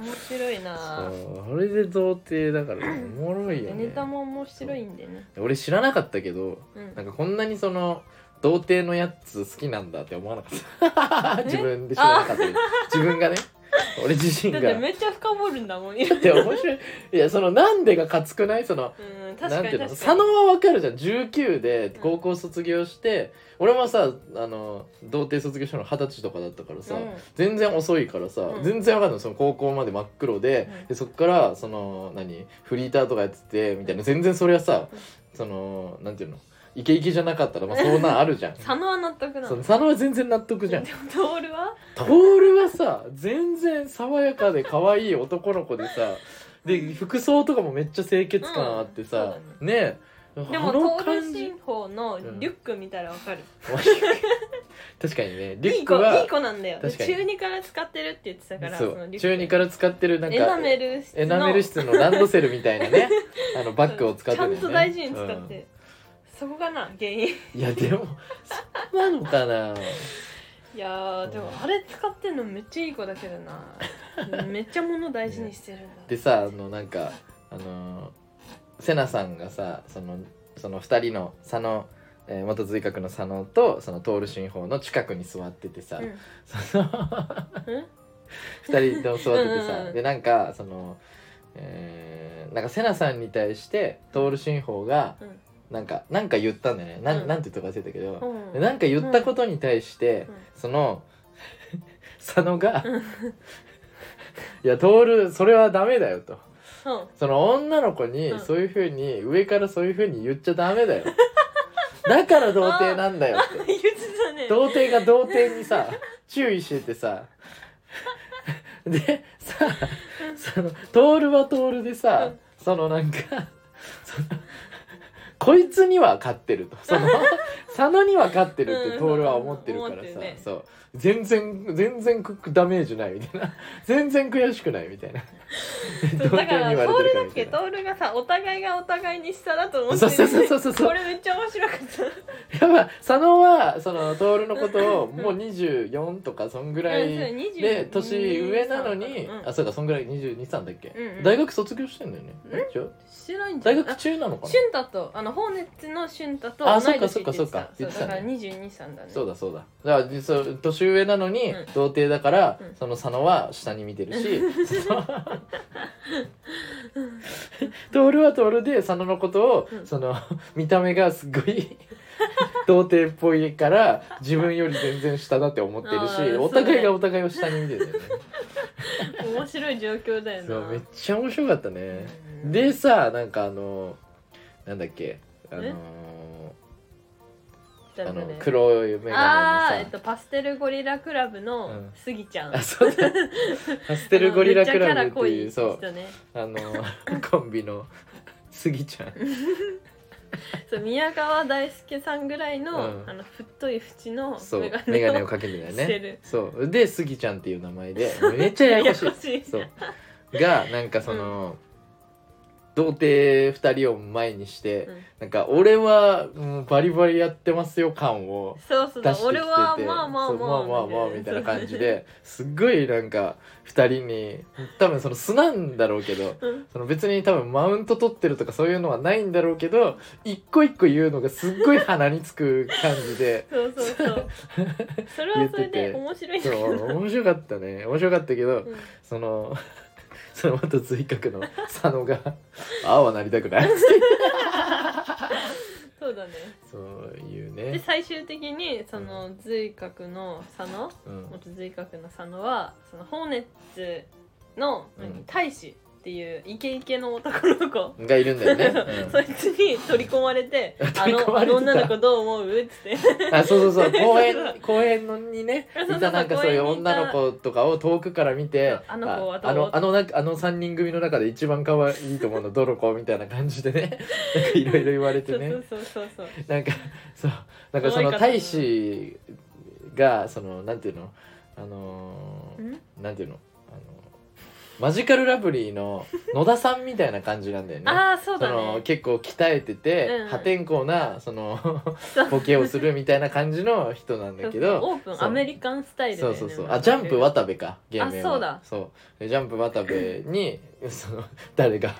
Speaker 2: 面白いな。
Speaker 1: そうそれで童貞だからねおもろいよ
Speaker 2: ネ
Speaker 1: ね
Speaker 2: タも面白いんでね。
Speaker 1: 俺知らなかったけど
Speaker 2: うん
Speaker 1: なんかこんなにその童貞のやつ好きなんだって思わなかった
Speaker 2: え
Speaker 1: 自分で知らなかったけど自分がね俺自身
Speaker 2: だ
Speaker 1: が
Speaker 2: ってめっちゃ深掘るんだもん。うん、
Speaker 1: いや面白いいやそのなんでがかつくないその
Speaker 2: 確
Speaker 1: な
Speaker 2: か
Speaker 1: ん
Speaker 2: に
Speaker 1: ていうの
Speaker 2: 確か
Speaker 1: 佐
Speaker 2: に。
Speaker 1: 野はわかるじゃん19で高校卒業して、俺もさあの童貞卒業したの二十歳とかだったからさ、
Speaker 2: うん
Speaker 1: 全然遅いからさ、
Speaker 2: うん
Speaker 1: 全然わかんないその高校まで真っ黒で,、
Speaker 2: うん
Speaker 1: でそっからその何フリーターとかやっててみたいな全然それはさ、
Speaker 2: うん
Speaker 1: そのなんていうのイケイケじゃなかったらまあそんなんあ
Speaker 2: (laughs)
Speaker 1: るじゃん。
Speaker 2: 佐野は納得な
Speaker 1: そ
Speaker 2: の。
Speaker 1: の
Speaker 2: で
Speaker 1: 佐野は全然納得じゃん
Speaker 2: もトールは
Speaker 1: トールはさ全然爽やかで可愛い男の子でさで服装とかもめっちゃ清潔感あってさ、ねえ
Speaker 2: でも
Speaker 1: あ
Speaker 2: ト
Speaker 1: の
Speaker 2: ール
Speaker 1: 感じ
Speaker 2: 新法のリュック見たらわかる。
Speaker 1: (laughs) 確かにねリュ
Speaker 2: い
Speaker 1: ッ
Speaker 2: い
Speaker 1: ク
Speaker 2: 子
Speaker 1: はい
Speaker 2: い子なんだよ。
Speaker 1: 確かに
Speaker 2: 中二から使ってるって言ってたから。
Speaker 1: そ
Speaker 2: のリュッ
Speaker 1: う
Speaker 2: ク
Speaker 1: 中二から使ってるなんか
Speaker 2: エナメル質の
Speaker 1: エナメル質のランドセルみたい
Speaker 2: (laughs)
Speaker 1: なねあのバッグを使ってる、ね、
Speaker 2: ちゃんと大事に使って、そこがな原
Speaker 1: (laughs)
Speaker 2: 因い
Speaker 1: うんいやでもそうなのかな
Speaker 2: やーでもあれ使ってんのめっちゃいい子だけどなめっちゃ物大事にしてるんだ、
Speaker 1: (laughs) でさあのなんかあのーセナさんがさそのその2人の佐野、えー元随格の佐野とそのトール新法の近くに座っててさ、
Speaker 2: う
Speaker 1: その2
Speaker 2: んうん
Speaker 1: 人とも座っててさ
Speaker 2: うんうん
Speaker 1: でなんかその、えーなんかセナさんに対してトール新法が
Speaker 2: うん
Speaker 1: なんかなんか言ったんだよねなん,、
Speaker 2: うん
Speaker 1: なんて言ったか忘れたけど、
Speaker 2: うん
Speaker 1: でなんか言ったことに対して、
Speaker 2: うん
Speaker 1: その (laughs) 佐野が (laughs) 「いやトールそれはダメだよ」と。
Speaker 2: うん
Speaker 1: その女の子
Speaker 2: う
Speaker 1: に
Speaker 2: ん
Speaker 1: そういうふうに、上からそういうふうに言っちゃダメだよだから童貞なんだよ
Speaker 2: 言っ
Speaker 1: っ
Speaker 2: てたね
Speaker 1: て童貞が童貞にさ注意しててさでさそのトールはトールでさ、
Speaker 2: うん
Speaker 1: そのなんかそのこいつには勝ってるとその佐野には勝ってるっ
Speaker 2: う
Speaker 1: て
Speaker 2: ん
Speaker 1: トールは思ってるから
Speaker 2: 思って
Speaker 1: さ、
Speaker 2: るね
Speaker 1: そう全然全然クダメージないみたいな全然悔しくないみたいな
Speaker 2: そうだからトールだっ
Speaker 1: みた
Speaker 2: け
Speaker 1: いな
Speaker 2: トールがさお互いがお互いに下だと思って
Speaker 1: そう
Speaker 2: る
Speaker 1: そうそうそうそ
Speaker 2: こ
Speaker 1: う。
Speaker 2: れめっちゃ面白かった
Speaker 1: やばい佐野はそのトールのことをもう二十四とかそんぐら
Speaker 2: うんそう
Speaker 1: い
Speaker 2: 22
Speaker 1: で年上なのに、
Speaker 2: うん
Speaker 1: あそうかそんぐらい二十二三だっけ、
Speaker 2: うんうん
Speaker 1: 大学卒業してんだよね。一応
Speaker 2: してないんじゃ
Speaker 1: 大
Speaker 2: ない
Speaker 1: 学中なのか
Speaker 2: あ
Speaker 1: な
Speaker 2: シ。ュンタとあのホーネッツのシュンタと
Speaker 1: あ
Speaker 2: 同い年
Speaker 1: そっかそっかそっか
Speaker 2: って言ってたそうだから
Speaker 1: 言
Speaker 2: 22歳だね
Speaker 1: そうだそうだ。だからそう年上なのに、
Speaker 2: うん
Speaker 1: 童貞だから、
Speaker 2: うん
Speaker 1: その佐野は下に見てる
Speaker 2: (laughs)
Speaker 1: し、その (laughs) トールはトールで佐野のことを、
Speaker 2: うん
Speaker 1: その見た目がすっご
Speaker 2: (laughs)
Speaker 1: い童貞っぽいから自分より全然下だって思ってる
Speaker 2: あー
Speaker 1: し、
Speaker 2: そうね
Speaker 1: お互いがお互いを下に見てるよね。
Speaker 2: 面白い状況だよな
Speaker 1: そうめっちゃ面白かったね。
Speaker 2: うん
Speaker 1: でさなんかあのなんだっけあの
Speaker 2: え
Speaker 1: あの
Speaker 2: 黒
Speaker 1: 黒い眼鏡の
Speaker 2: あ
Speaker 1: さ
Speaker 2: ー、えっと、パステルゴリラクラブ
Speaker 1: う
Speaker 2: の
Speaker 1: ん
Speaker 2: スギちゃん、
Speaker 1: (laughs) あそうだパステルゴリラクラブっていう
Speaker 2: めちゃキャ
Speaker 1: そ
Speaker 2: ラ濃人
Speaker 1: う
Speaker 2: ね
Speaker 1: あの
Speaker 2: (laughs)
Speaker 1: コンビのスギちゃん
Speaker 2: そう宮川大輔さんぐらいの,、
Speaker 1: うん
Speaker 2: あの太い縁の
Speaker 1: そう眼鏡を
Speaker 2: を
Speaker 1: かけてたよ
Speaker 2: して
Speaker 1: ね
Speaker 2: る
Speaker 1: そうでスギちゃんっていう名前でめっちゃややこしい
Speaker 2: (laughs) ややこしい
Speaker 1: そうがなんかその、童貞2人を前にして、
Speaker 2: うん
Speaker 1: なんか俺は、うん、バリバリやってますよ感を
Speaker 2: そうそう
Speaker 1: 出してきて
Speaker 2: 俺
Speaker 1: て
Speaker 2: はまあまあ
Speaker 1: そう
Speaker 2: ま
Speaker 1: ま
Speaker 2: あ
Speaker 1: あまあまあみたいな感じですっごいなんか2人に多分その素なんだろうけど
Speaker 2: そううん
Speaker 1: その別に多分マウント取ってるとかそういうのはないんだろうけど一個一個言うのがすっごい鼻につく感
Speaker 2: (laughs)
Speaker 1: じで
Speaker 2: そうそうそう
Speaker 1: (laughs)
Speaker 2: それはそれ
Speaker 1: 言
Speaker 2: で
Speaker 1: ってて
Speaker 2: 面白いんだ
Speaker 1: そ
Speaker 2: けど
Speaker 1: う面白かったね面白かったけど、
Speaker 2: うん
Speaker 1: その (laughs) そのまた随格の佐
Speaker 2: (laughs)
Speaker 1: 野が「ああはなりたくない」って
Speaker 2: そうだね
Speaker 1: そういう
Speaker 2: で
Speaker 1: ね、
Speaker 2: 最終的にその随格の佐野
Speaker 1: うん、
Speaker 2: 元随格の佐野はそのホーネッツの何
Speaker 1: うん
Speaker 2: 大使っていうイケイケの男の子
Speaker 1: がいるんだ
Speaker 2: (laughs)
Speaker 1: よね、
Speaker 2: そいつに取り込まれて「あ
Speaker 1: (laughs) 取り込
Speaker 2: の
Speaker 1: ま
Speaker 2: あ
Speaker 1: れてた
Speaker 2: の女の子どう思う?」っつって
Speaker 1: うん、あそう
Speaker 2: (laughs)
Speaker 1: そうそう公園公園のにね
Speaker 2: そうそうそう
Speaker 1: いたなんかそういう
Speaker 2: 公園にい
Speaker 1: 女
Speaker 2: た
Speaker 1: の子とかを遠くから見て
Speaker 2: そうあの子はどう
Speaker 1: あのあのなあの3人組の中で一番可愛いと思うのどの子みたいな感じ
Speaker 2: (laughs)
Speaker 1: でねなんかいろいろ言われ
Speaker 2: そ
Speaker 1: て
Speaker 2: う
Speaker 1: ね
Speaker 2: そう (laughs) そうそうそう
Speaker 1: なんかそうなんかその
Speaker 2: 可愛かったな
Speaker 1: 大使がそのなんていうのあのー
Speaker 2: ん
Speaker 1: なんていうのあのマジカルラブリーの野田さんみたいな感じなんだよね。
Speaker 2: ああそう
Speaker 1: そ
Speaker 2: だ
Speaker 1: の
Speaker 2: ね
Speaker 1: 結構鍛えてて、
Speaker 2: うんうん
Speaker 1: 破天荒なその
Speaker 2: そう
Speaker 1: ボケをするみたいな感じの人なんだけど
Speaker 2: オープン
Speaker 1: そう
Speaker 2: アメリカンスタイルだ
Speaker 1: そ
Speaker 2: よ
Speaker 1: う
Speaker 2: ね
Speaker 1: そうそう
Speaker 2: も
Speaker 1: あジャンプ渡部か芸名は
Speaker 2: あそうだ
Speaker 1: そうでジャンプ渡部にその誰が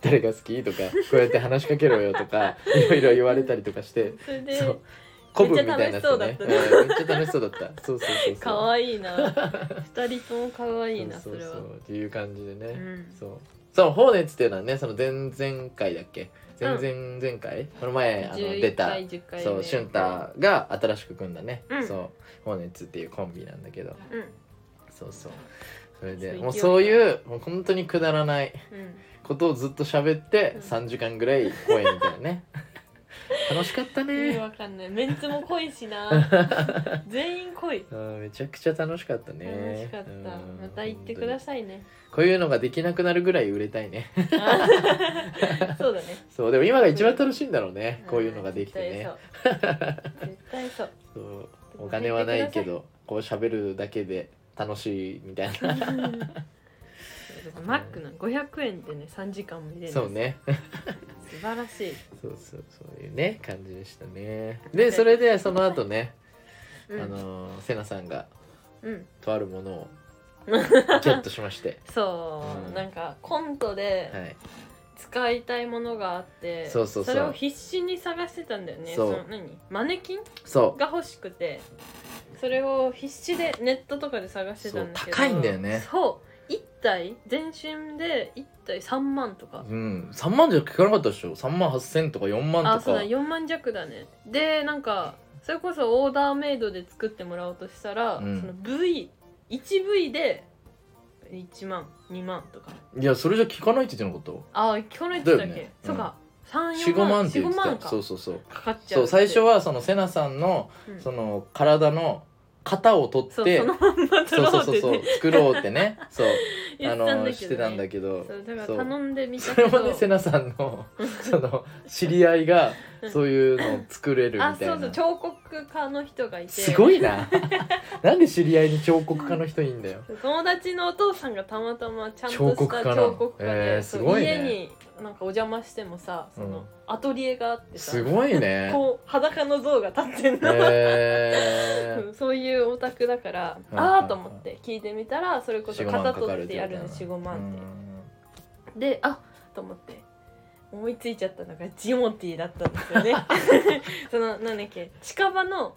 Speaker 1: 誰が好きとかこうやって話しかけろよ
Speaker 2: (laughs)
Speaker 1: とかいろいろ言われたりとかして
Speaker 2: それ
Speaker 1: そ
Speaker 2: で
Speaker 1: う古文みたいなやつ
Speaker 2: め
Speaker 1: ね
Speaker 2: っちゃ楽しそうだった
Speaker 1: う
Speaker 2: ね
Speaker 1: んめっちゃ楽しそうだったそうそうそ
Speaker 2: (laughs)
Speaker 1: うそう
Speaker 2: 可愛いな二人とも可愛いなそ
Speaker 1: そう
Speaker 2: れ
Speaker 1: そう
Speaker 2: は
Speaker 1: そうっていう感じでね、
Speaker 2: うん
Speaker 1: そうそう放熱っていうのはねその前々回だっけ前々前回、この前あの出
Speaker 2: 11
Speaker 1: た
Speaker 2: 回10回目
Speaker 1: そう俊太が新しく組んだね、
Speaker 2: うん
Speaker 1: そう放熱っていうコンビなんだけど
Speaker 2: う
Speaker 1: そうそうそれで
Speaker 2: そう
Speaker 1: もう
Speaker 2: 勢い
Speaker 1: そういうもう本当にくだらない
Speaker 2: んうん
Speaker 1: ことをずっと喋って
Speaker 2: うん
Speaker 1: 3時間ぐらい声みたいなね
Speaker 2: (laughs)
Speaker 1: 楽しかった
Speaker 2: 意味
Speaker 1: ね
Speaker 2: わかんないメンツも濃いし
Speaker 1: (laughs)
Speaker 2: な全員濃い
Speaker 1: うんめちゃくちゃ楽しかったね
Speaker 2: 楽しかった、
Speaker 1: うん
Speaker 2: また行ってくださいね
Speaker 1: こういうのができなくなるぐらい売れたいね
Speaker 2: あそうだね
Speaker 1: そうでも今が一番楽しいんだろうね、こういうのができてね
Speaker 2: あー絶対そう絶対そ
Speaker 1: そう
Speaker 2: う
Speaker 1: (laughs) お金はないけどこう喋るだけで楽しいみたいな
Speaker 2: (laughs) マックの500円でね3時間も入れるんです
Speaker 1: そうね
Speaker 2: 素晴らしい、
Speaker 1: そうそうそういうね感じでし
Speaker 2: (laughs)
Speaker 1: たねでそれでその後ね、
Speaker 2: うん、
Speaker 1: あのーセナさんが
Speaker 2: うん
Speaker 1: とあるもの
Speaker 2: (laughs)
Speaker 1: をゲットしまして
Speaker 2: そう、
Speaker 1: うん
Speaker 2: なんかコントで
Speaker 1: はい
Speaker 2: 使いたいものがあって
Speaker 1: そうそうそう
Speaker 2: れを必死に探してたんだよね
Speaker 1: そう
Speaker 2: の何マネキン
Speaker 1: そう
Speaker 2: が欲しくてそれを必死でネットとかで探してたんだけど
Speaker 1: そう高いんだよね
Speaker 2: そう1体全身で1体3万とか
Speaker 1: うん3万じゃ聞かなかったでしょ3万8000とか4万
Speaker 2: あ
Speaker 1: と
Speaker 2: そう
Speaker 1: か
Speaker 2: だ4万弱だねでなんかそれこそオーダーメイドで作ってもらおうとしたら、
Speaker 1: うん
Speaker 2: その V1V で1万2万とか
Speaker 1: いやそれじゃ聞かないって言ってなかっ
Speaker 2: ああ聞かないって言ったっけ、
Speaker 1: だよねうん
Speaker 2: そうか
Speaker 1: た
Speaker 2: 34
Speaker 1: 45万
Speaker 2: 万
Speaker 1: って言って
Speaker 2: 45万
Speaker 1: た
Speaker 2: か
Speaker 1: そうそうそう
Speaker 2: かかっちゃう
Speaker 1: そう最初
Speaker 2: は、
Speaker 1: はそのセナさんの
Speaker 2: うん
Speaker 1: その体の型を取っ
Speaker 2: そう
Speaker 1: て
Speaker 2: そのまんま取
Speaker 1: そう
Speaker 2: ろ
Speaker 1: そうう
Speaker 2: って
Speaker 1: そう
Speaker 2: ね
Speaker 1: そう作ろうってねそう
Speaker 2: 言
Speaker 1: あ
Speaker 2: ってたんだけど、ね、
Speaker 1: のしてたんだけど
Speaker 2: そうだか
Speaker 1: そう
Speaker 2: ら頼んでみた
Speaker 1: そ
Speaker 2: け
Speaker 1: れ
Speaker 2: ど
Speaker 1: もねセナさんのその知り合いが
Speaker 2: うん
Speaker 1: そういうのを作れるみたいな
Speaker 2: あそうそう彫刻家の人がいて
Speaker 1: すごいななんで知り合いに彫刻家の人いいんだよ
Speaker 2: 友達のお父さんがたまたまちゃんと
Speaker 1: 彫
Speaker 2: し
Speaker 1: 刻家
Speaker 2: た
Speaker 1: なの
Speaker 2: 彫刻家で、
Speaker 1: えー
Speaker 2: そう
Speaker 1: すごいね
Speaker 2: 家になんかお邪魔してもさその、
Speaker 1: うん
Speaker 2: アトリエがあってさ
Speaker 1: すごいね
Speaker 2: こう裸の像が立ってんの、
Speaker 1: へ
Speaker 2: (laughs) うんそういうオタクだから、
Speaker 1: うん
Speaker 2: ああと思って聞いてみたらそれこそ
Speaker 1: 45万
Speaker 2: 型
Speaker 1: かか
Speaker 2: 取
Speaker 1: る
Speaker 2: っ
Speaker 1: ってて言
Speaker 2: や
Speaker 1: う
Speaker 2: る
Speaker 1: た
Speaker 2: の
Speaker 1: な
Speaker 2: 45
Speaker 1: ーう
Speaker 2: 万って、
Speaker 1: ん
Speaker 2: であと思って思いついちゃったのがジモティーだったんですよね
Speaker 1: (laughs)
Speaker 2: そのなんだっけ近場の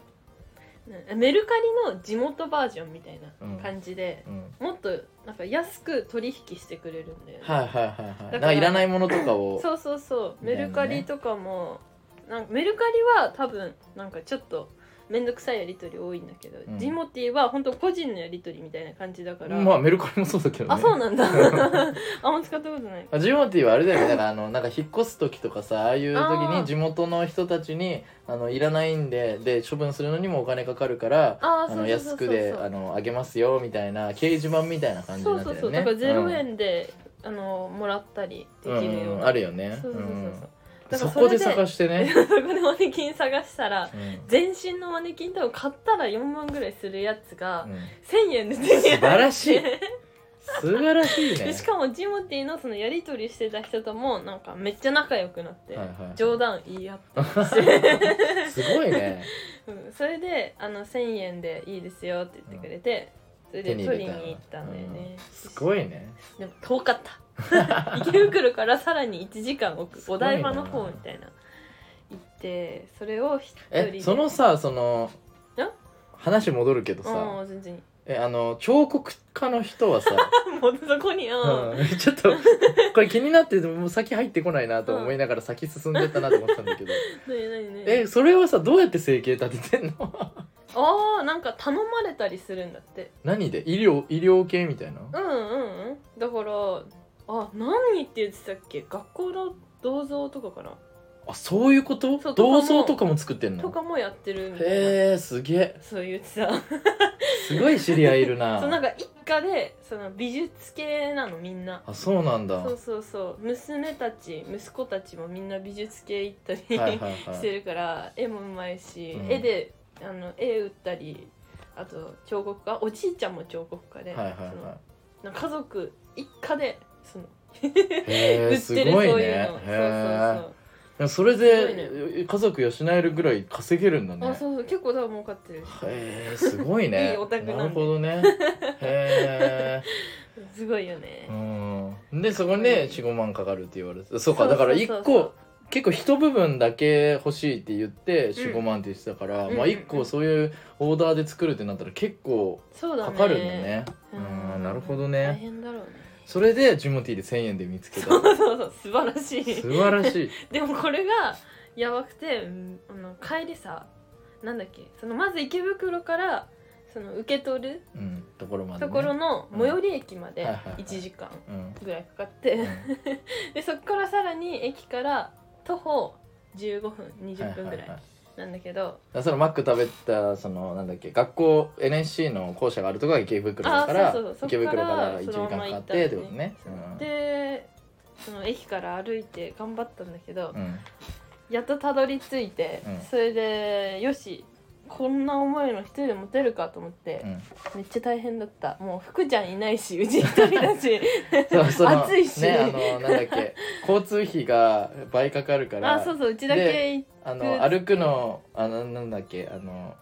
Speaker 2: なメルカリの地元バージョンみたいな感じで、
Speaker 1: うん
Speaker 2: もっとなんか安く取引してくれるんだよね、
Speaker 1: はいはいはいは
Speaker 2: だ
Speaker 1: い
Speaker 2: から
Speaker 1: なんかいらないものとかを
Speaker 2: そうそうそう
Speaker 1: み
Speaker 2: メ
Speaker 1: たいなね
Speaker 2: ルカリとかもなんかメルカリは多分なんかちょっと面倒くさいやり取り多いんだけど、
Speaker 1: うん
Speaker 2: ジモティーは本当個人のやり取りみたいな感じだから、
Speaker 1: まあメルカリもそうだけどね
Speaker 2: あそうなんだ (laughs) あんま使ったことない
Speaker 1: ジモティーはあれだよねだからあのなんか引っ越す時とかさああいう時
Speaker 2: あー
Speaker 1: に地元の人たちにあのいらないんでで処分するのにもお金かかるから
Speaker 2: あー
Speaker 1: あの
Speaker 2: そうそうそうそう
Speaker 1: 安くであのあげますよみたいな掲示板みたいな感じに
Speaker 2: そ
Speaker 1: な
Speaker 2: う
Speaker 1: っ
Speaker 2: そ
Speaker 1: て
Speaker 2: う
Speaker 1: る
Speaker 2: そう
Speaker 1: よね
Speaker 2: だから0
Speaker 1: うん
Speaker 2: 円で、あのもらったりでき
Speaker 1: うん
Speaker 2: るよう
Speaker 1: うん
Speaker 2: な
Speaker 1: あるよね
Speaker 2: そうそうそうそう
Speaker 1: うん
Speaker 2: だから
Speaker 1: そ
Speaker 2: それ
Speaker 1: こ
Speaker 2: で
Speaker 1: で探してね、
Speaker 2: そう、 (laughs) そこでマネキン探したら
Speaker 1: うん
Speaker 2: 全身のマネキンとか買ったら4万ぐらいするやつが、
Speaker 1: うん
Speaker 2: 1000円で手に入って
Speaker 1: 素晴らしい素晴らしい
Speaker 2: (laughs)
Speaker 1: ね
Speaker 2: で (laughs) しかもジモティーのそのやり取りしてた人ともなんかめっちゃ仲良くなって、
Speaker 1: はいはい
Speaker 2: 冗談言い合ったりして、
Speaker 1: すごいね
Speaker 2: うん、それであの1,000円でいいですよって言ってくれて、そ (laughs) れで取りに行ったんだよね、
Speaker 1: すごいね
Speaker 2: でも遠かった
Speaker 1: (laughs)
Speaker 2: 池袋からさらに1時間奥お台場の方みたいな行ってそれを一人
Speaker 1: え
Speaker 2: で
Speaker 1: そのさその
Speaker 2: ん
Speaker 1: 話戻るけど
Speaker 2: う
Speaker 1: さ
Speaker 2: ん全然いい (laughs)
Speaker 1: えあの彫刻家の人はさ、
Speaker 2: もうそこにうん、
Speaker 1: うん、 (laughs) ちょっとこれ気になっててもう先入ってこないなと思いながら先進んでったなと思ってたん
Speaker 2: (laughs)
Speaker 1: だけど、
Speaker 2: 何何何
Speaker 1: えそれはさどうやって生計立ててんの (laughs)
Speaker 2: ああなんか頼まれたりするんだって
Speaker 1: 何で医療医療系みたいな、
Speaker 2: うんうんうんだからあ何って言ってたっけ学校の銅像とかかな、
Speaker 1: あそういうこと
Speaker 2: そう
Speaker 1: 銅像とかも作ってん
Speaker 2: と
Speaker 1: の
Speaker 2: かもやってるみたいな
Speaker 1: へえすげえ
Speaker 2: そう言ってた
Speaker 1: すごい知り合いいる
Speaker 2: (laughs) そうなん
Speaker 1: な
Speaker 2: か一家でその美術系なのみんな
Speaker 1: あそうなんだ
Speaker 2: そうそうそう娘たち息子たちもみんな美術系行ったり、
Speaker 1: はいはい
Speaker 2: し
Speaker 1: は
Speaker 2: て
Speaker 1: い
Speaker 2: るから絵もうまいし、
Speaker 1: うん
Speaker 2: 絵であの絵打ったりあと彫刻家おじいちゃんも彫刻家で、
Speaker 1: はいはい
Speaker 2: (laughs) その
Speaker 1: は
Speaker 2: なんか家族一家でその
Speaker 1: へ
Speaker 2: 売
Speaker 1: え
Speaker 2: っ
Speaker 1: す
Speaker 2: てるそう
Speaker 1: ごい
Speaker 2: いう
Speaker 1: ね
Speaker 2: の、そうそう
Speaker 1: へ
Speaker 2: そう
Speaker 1: えそれ
Speaker 2: す
Speaker 1: で家族養えるぐらい稼げるんだ
Speaker 2: あ
Speaker 1: ね
Speaker 2: そうそう結構多分儲かってる
Speaker 1: へえすごい
Speaker 2: (laughs)
Speaker 1: ね
Speaker 2: いいオタクなんで
Speaker 1: なるほどねへえ
Speaker 2: すごいよね、
Speaker 1: うんでそこにね45万かかるって言われてそうか
Speaker 2: そう
Speaker 1: だから
Speaker 2: そうそう
Speaker 1: 1個結構一部分だけ欲しいって言って45万って言ってたか
Speaker 2: うん
Speaker 1: ら、まあ
Speaker 2: うんうんうん
Speaker 1: 1個そういうオーダーで作るってなったら結構
Speaker 2: そうだ
Speaker 1: か
Speaker 2: ね
Speaker 1: かるんだねうんなるほどね
Speaker 2: 大変だろうね (laughs)
Speaker 1: それでジモティーで1000円で見つけた
Speaker 2: そうそうそう素晴らしい
Speaker 1: 素晴らしい
Speaker 2: でもこれがやばくて、うんあの帰りさなんだっけそのまず池袋からその受け取る
Speaker 1: うんところまで、
Speaker 2: と
Speaker 1: ね、
Speaker 2: ころの最寄り駅まで
Speaker 1: はいはいはい
Speaker 2: 1時間
Speaker 1: うん
Speaker 2: ぐらいかかっ (laughs)
Speaker 1: うん
Speaker 2: てでそこからさらに駅から徒歩15分20分ぐら
Speaker 1: はいはいはい
Speaker 2: いなんだけど
Speaker 1: だからそのマック食べたそのなんだっけ学校 NSC の校舎があるとこが池袋だから
Speaker 2: あそうそうそう
Speaker 1: 池袋から1
Speaker 2: そ
Speaker 1: 時
Speaker 2: こ
Speaker 1: 間
Speaker 2: からそのまま
Speaker 1: かか
Speaker 2: 行っ
Speaker 1: っ
Speaker 2: たんだ
Speaker 1: て
Speaker 2: よね
Speaker 1: ってことねうん
Speaker 2: でその駅から歩いて頑張ったんだけど
Speaker 1: うん
Speaker 2: やっとたどり着いて
Speaker 1: うん
Speaker 2: それでよしこんな重いの一人で持てるかと思って (laughs)
Speaker 1: うん
Speaker 2: めっちゃ大変だったもう福ちゃんいないしうち一人だし
Speaker 1: そうその
Speaker 2: 暑いし
Speaker 1: ねあのなんだっけ交通費が倍かかるから
Speaker 2: あそうそううちだけ行っ
Speaker 1: あの歩くのあのなんだっけあの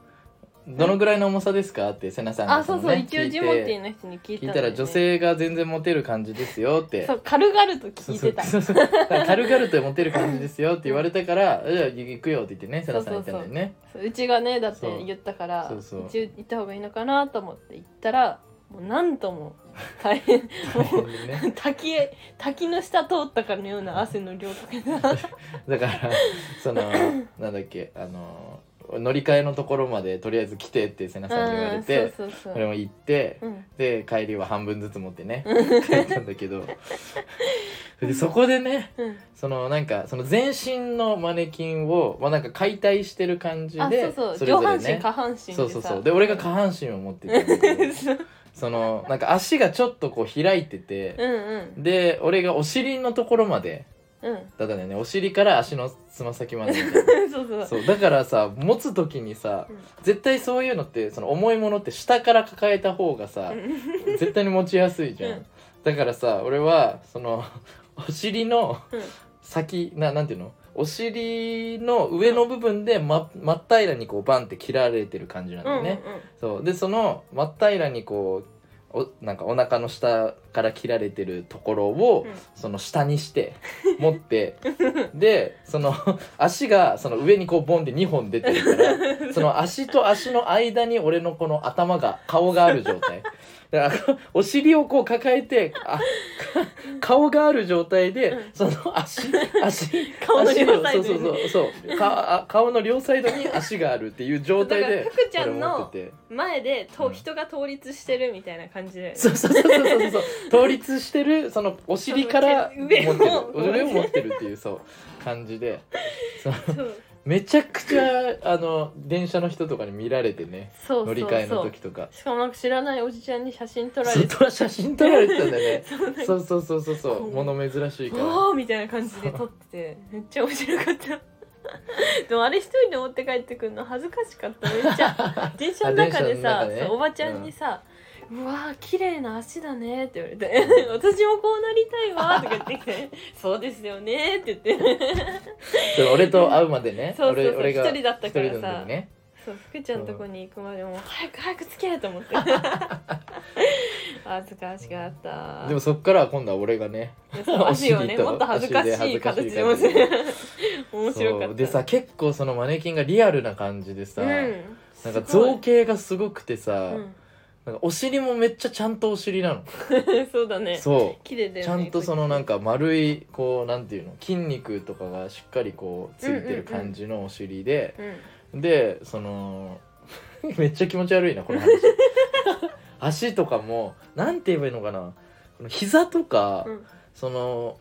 Speaker 1: どのぐらいの重さですかって瀬名さんが
Speaker 2: あそう
Speaker 1: の
Speaker 2: そう
Speaker 1: ね
Speaker 2: 一応
Speaker 1: 聞いて
Speaker 2: ジモティーの人に聞いた
Speaker 1: 聞
Speaker 2: ん
Speaker 1: い
Speaker 2: だ
Speaker 1: た
Speaker 2: よね
Speaker 1: ら女性が全然モテる感じですよって
Speaker 2: そう軽々と聞いてた
Speaker 1: そうそうそうだから軽々とモテる感じですよって言われたから「じゃあ行くよ」って言ってね瀬名さん言ったんだよね
Speaker 2: そううちがねだっ
Speaker 1: そ
Speaker 2: て
Speaker 1: う
Speaker 2: 言ったから
Speaker 1: そうそう
Speaker 2: ち行った方がいいのかなと思って行ったらもうなんとも大
Speaker 1: (laughs)
Speaker 2: 変
Speaker 1: 大変でね
Speaker 2: 滝へ滝の下通ったかのような汗の量とか
Speaker 1: (laughs)
Speaker 2: が
Speaker 1: だからそのなんだっけあの乗り換えのところまでとりあえず来てって瀬名さんに言わ
Speaker 2: う
Speaker 1: れ
Speaker 2: んそう
Speaker 1: て
Speaker 2: そうそ
Speaker 1: 俺
Speaker 2: う、
Speaker 1: も行って
Speaker 2: うん、
Speaker 1: で帰りは半分ずつ持ってね帰ったんだけどでそこでね
Speaker 2: うん、
Speaker 1: そのなんかその全身のマネキンを、まあ、なんか解体してる感じ
Speaker 2: あ
Speaker 1: で
Speaker 2: そうそう
Speaker 1: れぞ
Speaker 2: 上
Speaker 1: れ
Speaker 2: 半
Speaker 1: ね
Speaker 2: 身下半身でさ
Speaker 1: そうそうそう
Speaker 2: (laughs)
Speaker 1: で俺が下半身を持ってたんだけどそのなんか足がちょっとこう開いて
Speaker 2: う
Speaker 1: て、
Speaker 2: んうん
Speaker 1: で俺がお尻のところまで
Speaker 2: うん
Speaker 1: だったんだよねお尻から足のつま先
Speaker 2: (laughs)
Speaker 1: までみたい
Speaker 2: そうそう
Speaker 1: な (laughs) そうだからさ持つ時にさ
Speaker 2: うん
Speaker 1: 絶対そういうのってその重いものって下から抱えた方がさ
Speaker 2: うん
Speaker 1: 絶対に持ちやすいじゃん、
Speaker 2: うん
Speaker 1: だからさ俺はそのお尻の
Speaker 2: うん
Speaker 1: 先ななんていうのお尻の上の部分で、ま、真っ平らにこうバンって切られてる感じなんだよね、
Speaker 2: うんうんうん
Speaker 1: そうでその真っ平らにこうおなんかお腹の下から切られてるところを、
Speaker 2: うん
Speaker 1: その下にして持ってでその (laughs) 足がその上にこうボンって2本出て
Speaker 2: (laughs)
Speaker 1: るからその足と足の間に俺のこの頭が顔がある状態だからお尻をこう抱えてあか顔がある状態で、
Speaker 2: うん
Speaker 1: その
Speaker 2: (laughs)
Speaker 1: 足足
Speaker 2: 顔の両サイドに
Speaker 1: 足をそうそうそうそうかあ顔の両サイドに足があるっていう状態
Speaker 2: だか
Speaker 1: で
Speaker 2: ら福ちゃんの
Speaker 1: 俺持ってて
Speaker 2: 前でと、
Speaker 1: うん
Speaker 2: 人が倒立してるみたいな感じで
Speaker 1: そうそうそうそうそうそう倒立してるそのお尻から
Speaker 2: そ
Speaker 1: 持
Speaker 2: の上
Speaker 1: って
Speaker 2: を
Speaker 1: る上を持ってるっていうそう感じでそう
Speaker 2: そう
Speaker 1: めちゃくちゃあの電車の人とかに見られてね
Speaker 2: そうそうそう
Speaker 1: 乗り換えの時とか
Speaker 2: しかもなんか知らないおじちゃんに写真撮られて
Speaker 1: 外は写真撮られてたん
Speaker 2: (laughs)
Speaker 1: だよね
Speaker 2: そうなんか
Speaker 1: そうそうそうそうそう
Speaker 2: こう
Speaker 1: 物珍しいから
Speaker 2: おーみたいな感じで撮っててめっちゃ面白かったでもあれ一人で持って帰ってくるの恥ずかしかっためっちゃ電車の中で
Speaker 1: あ電車の
Speaker 2: さ
Speaker 1: 中でね
Speaker 2: そうおばちゃんにさ「うわー綺麗な足だね」って言われて「 (laughs) 私もこうなりたいわ」とか言ってきて「そうですよね」って言って
Speaker 1: そう俺と会うまでね
Speaker 2: そうそうそう
Speaker 1: 俺俺が
Speaker 2: 一人だったからさ
Speaker 1: 一人の時ね
Speaker 2: そう福ちゃんのとこに行くまでもう早く早くつけと
Speaker 1: (laughs)
Speaker 2: 思って恥ずかしかった
Speaker 1: でもそっからは今度は俺がね
Speaker 2: そう足を
Speaker 1: お
Speaker 2: ね
Speaker 1: 尻と
Speaker 2: もっと恥ずかしい形でも
Speaker 1: 足で恥ずかしい
Speaker 2: 面白かっ
Speaker 1: そ
Speaker 2: た
Speaker 1: うでさ結構そのマネキンがリアルな感じでさ、
Speaker 2: うん、
Speaker 1: なんか
Speaker 2: すごい
Speaker 1: 造形がすごくてさ、
Speaker 2: うん
Speaker 1: なんかお尻もめっちゃちゃんとお尻なの、
Speaker 2: (laughs) そうだね。
Speaker 1: そ
Speaker 2: 綺麗だ
Speaker 1: う
Speaker 2: よね。
Speaker 1: ちゃんとそのなん
Speaker 2: か。
Speaker 1: か丸いこうなんていうの筋肉とかがしっかりこうついてる感じのお尻で、
Speaker 2: うん。
Speaker 1: でその (laughs) めっちゃ気持ち悪いな
Speaker 2: (laughs)
Speaker 1: この話足とかもなんて言えばいいのかなこの膝とか、
Speaker 2: うん
Speaker 1: その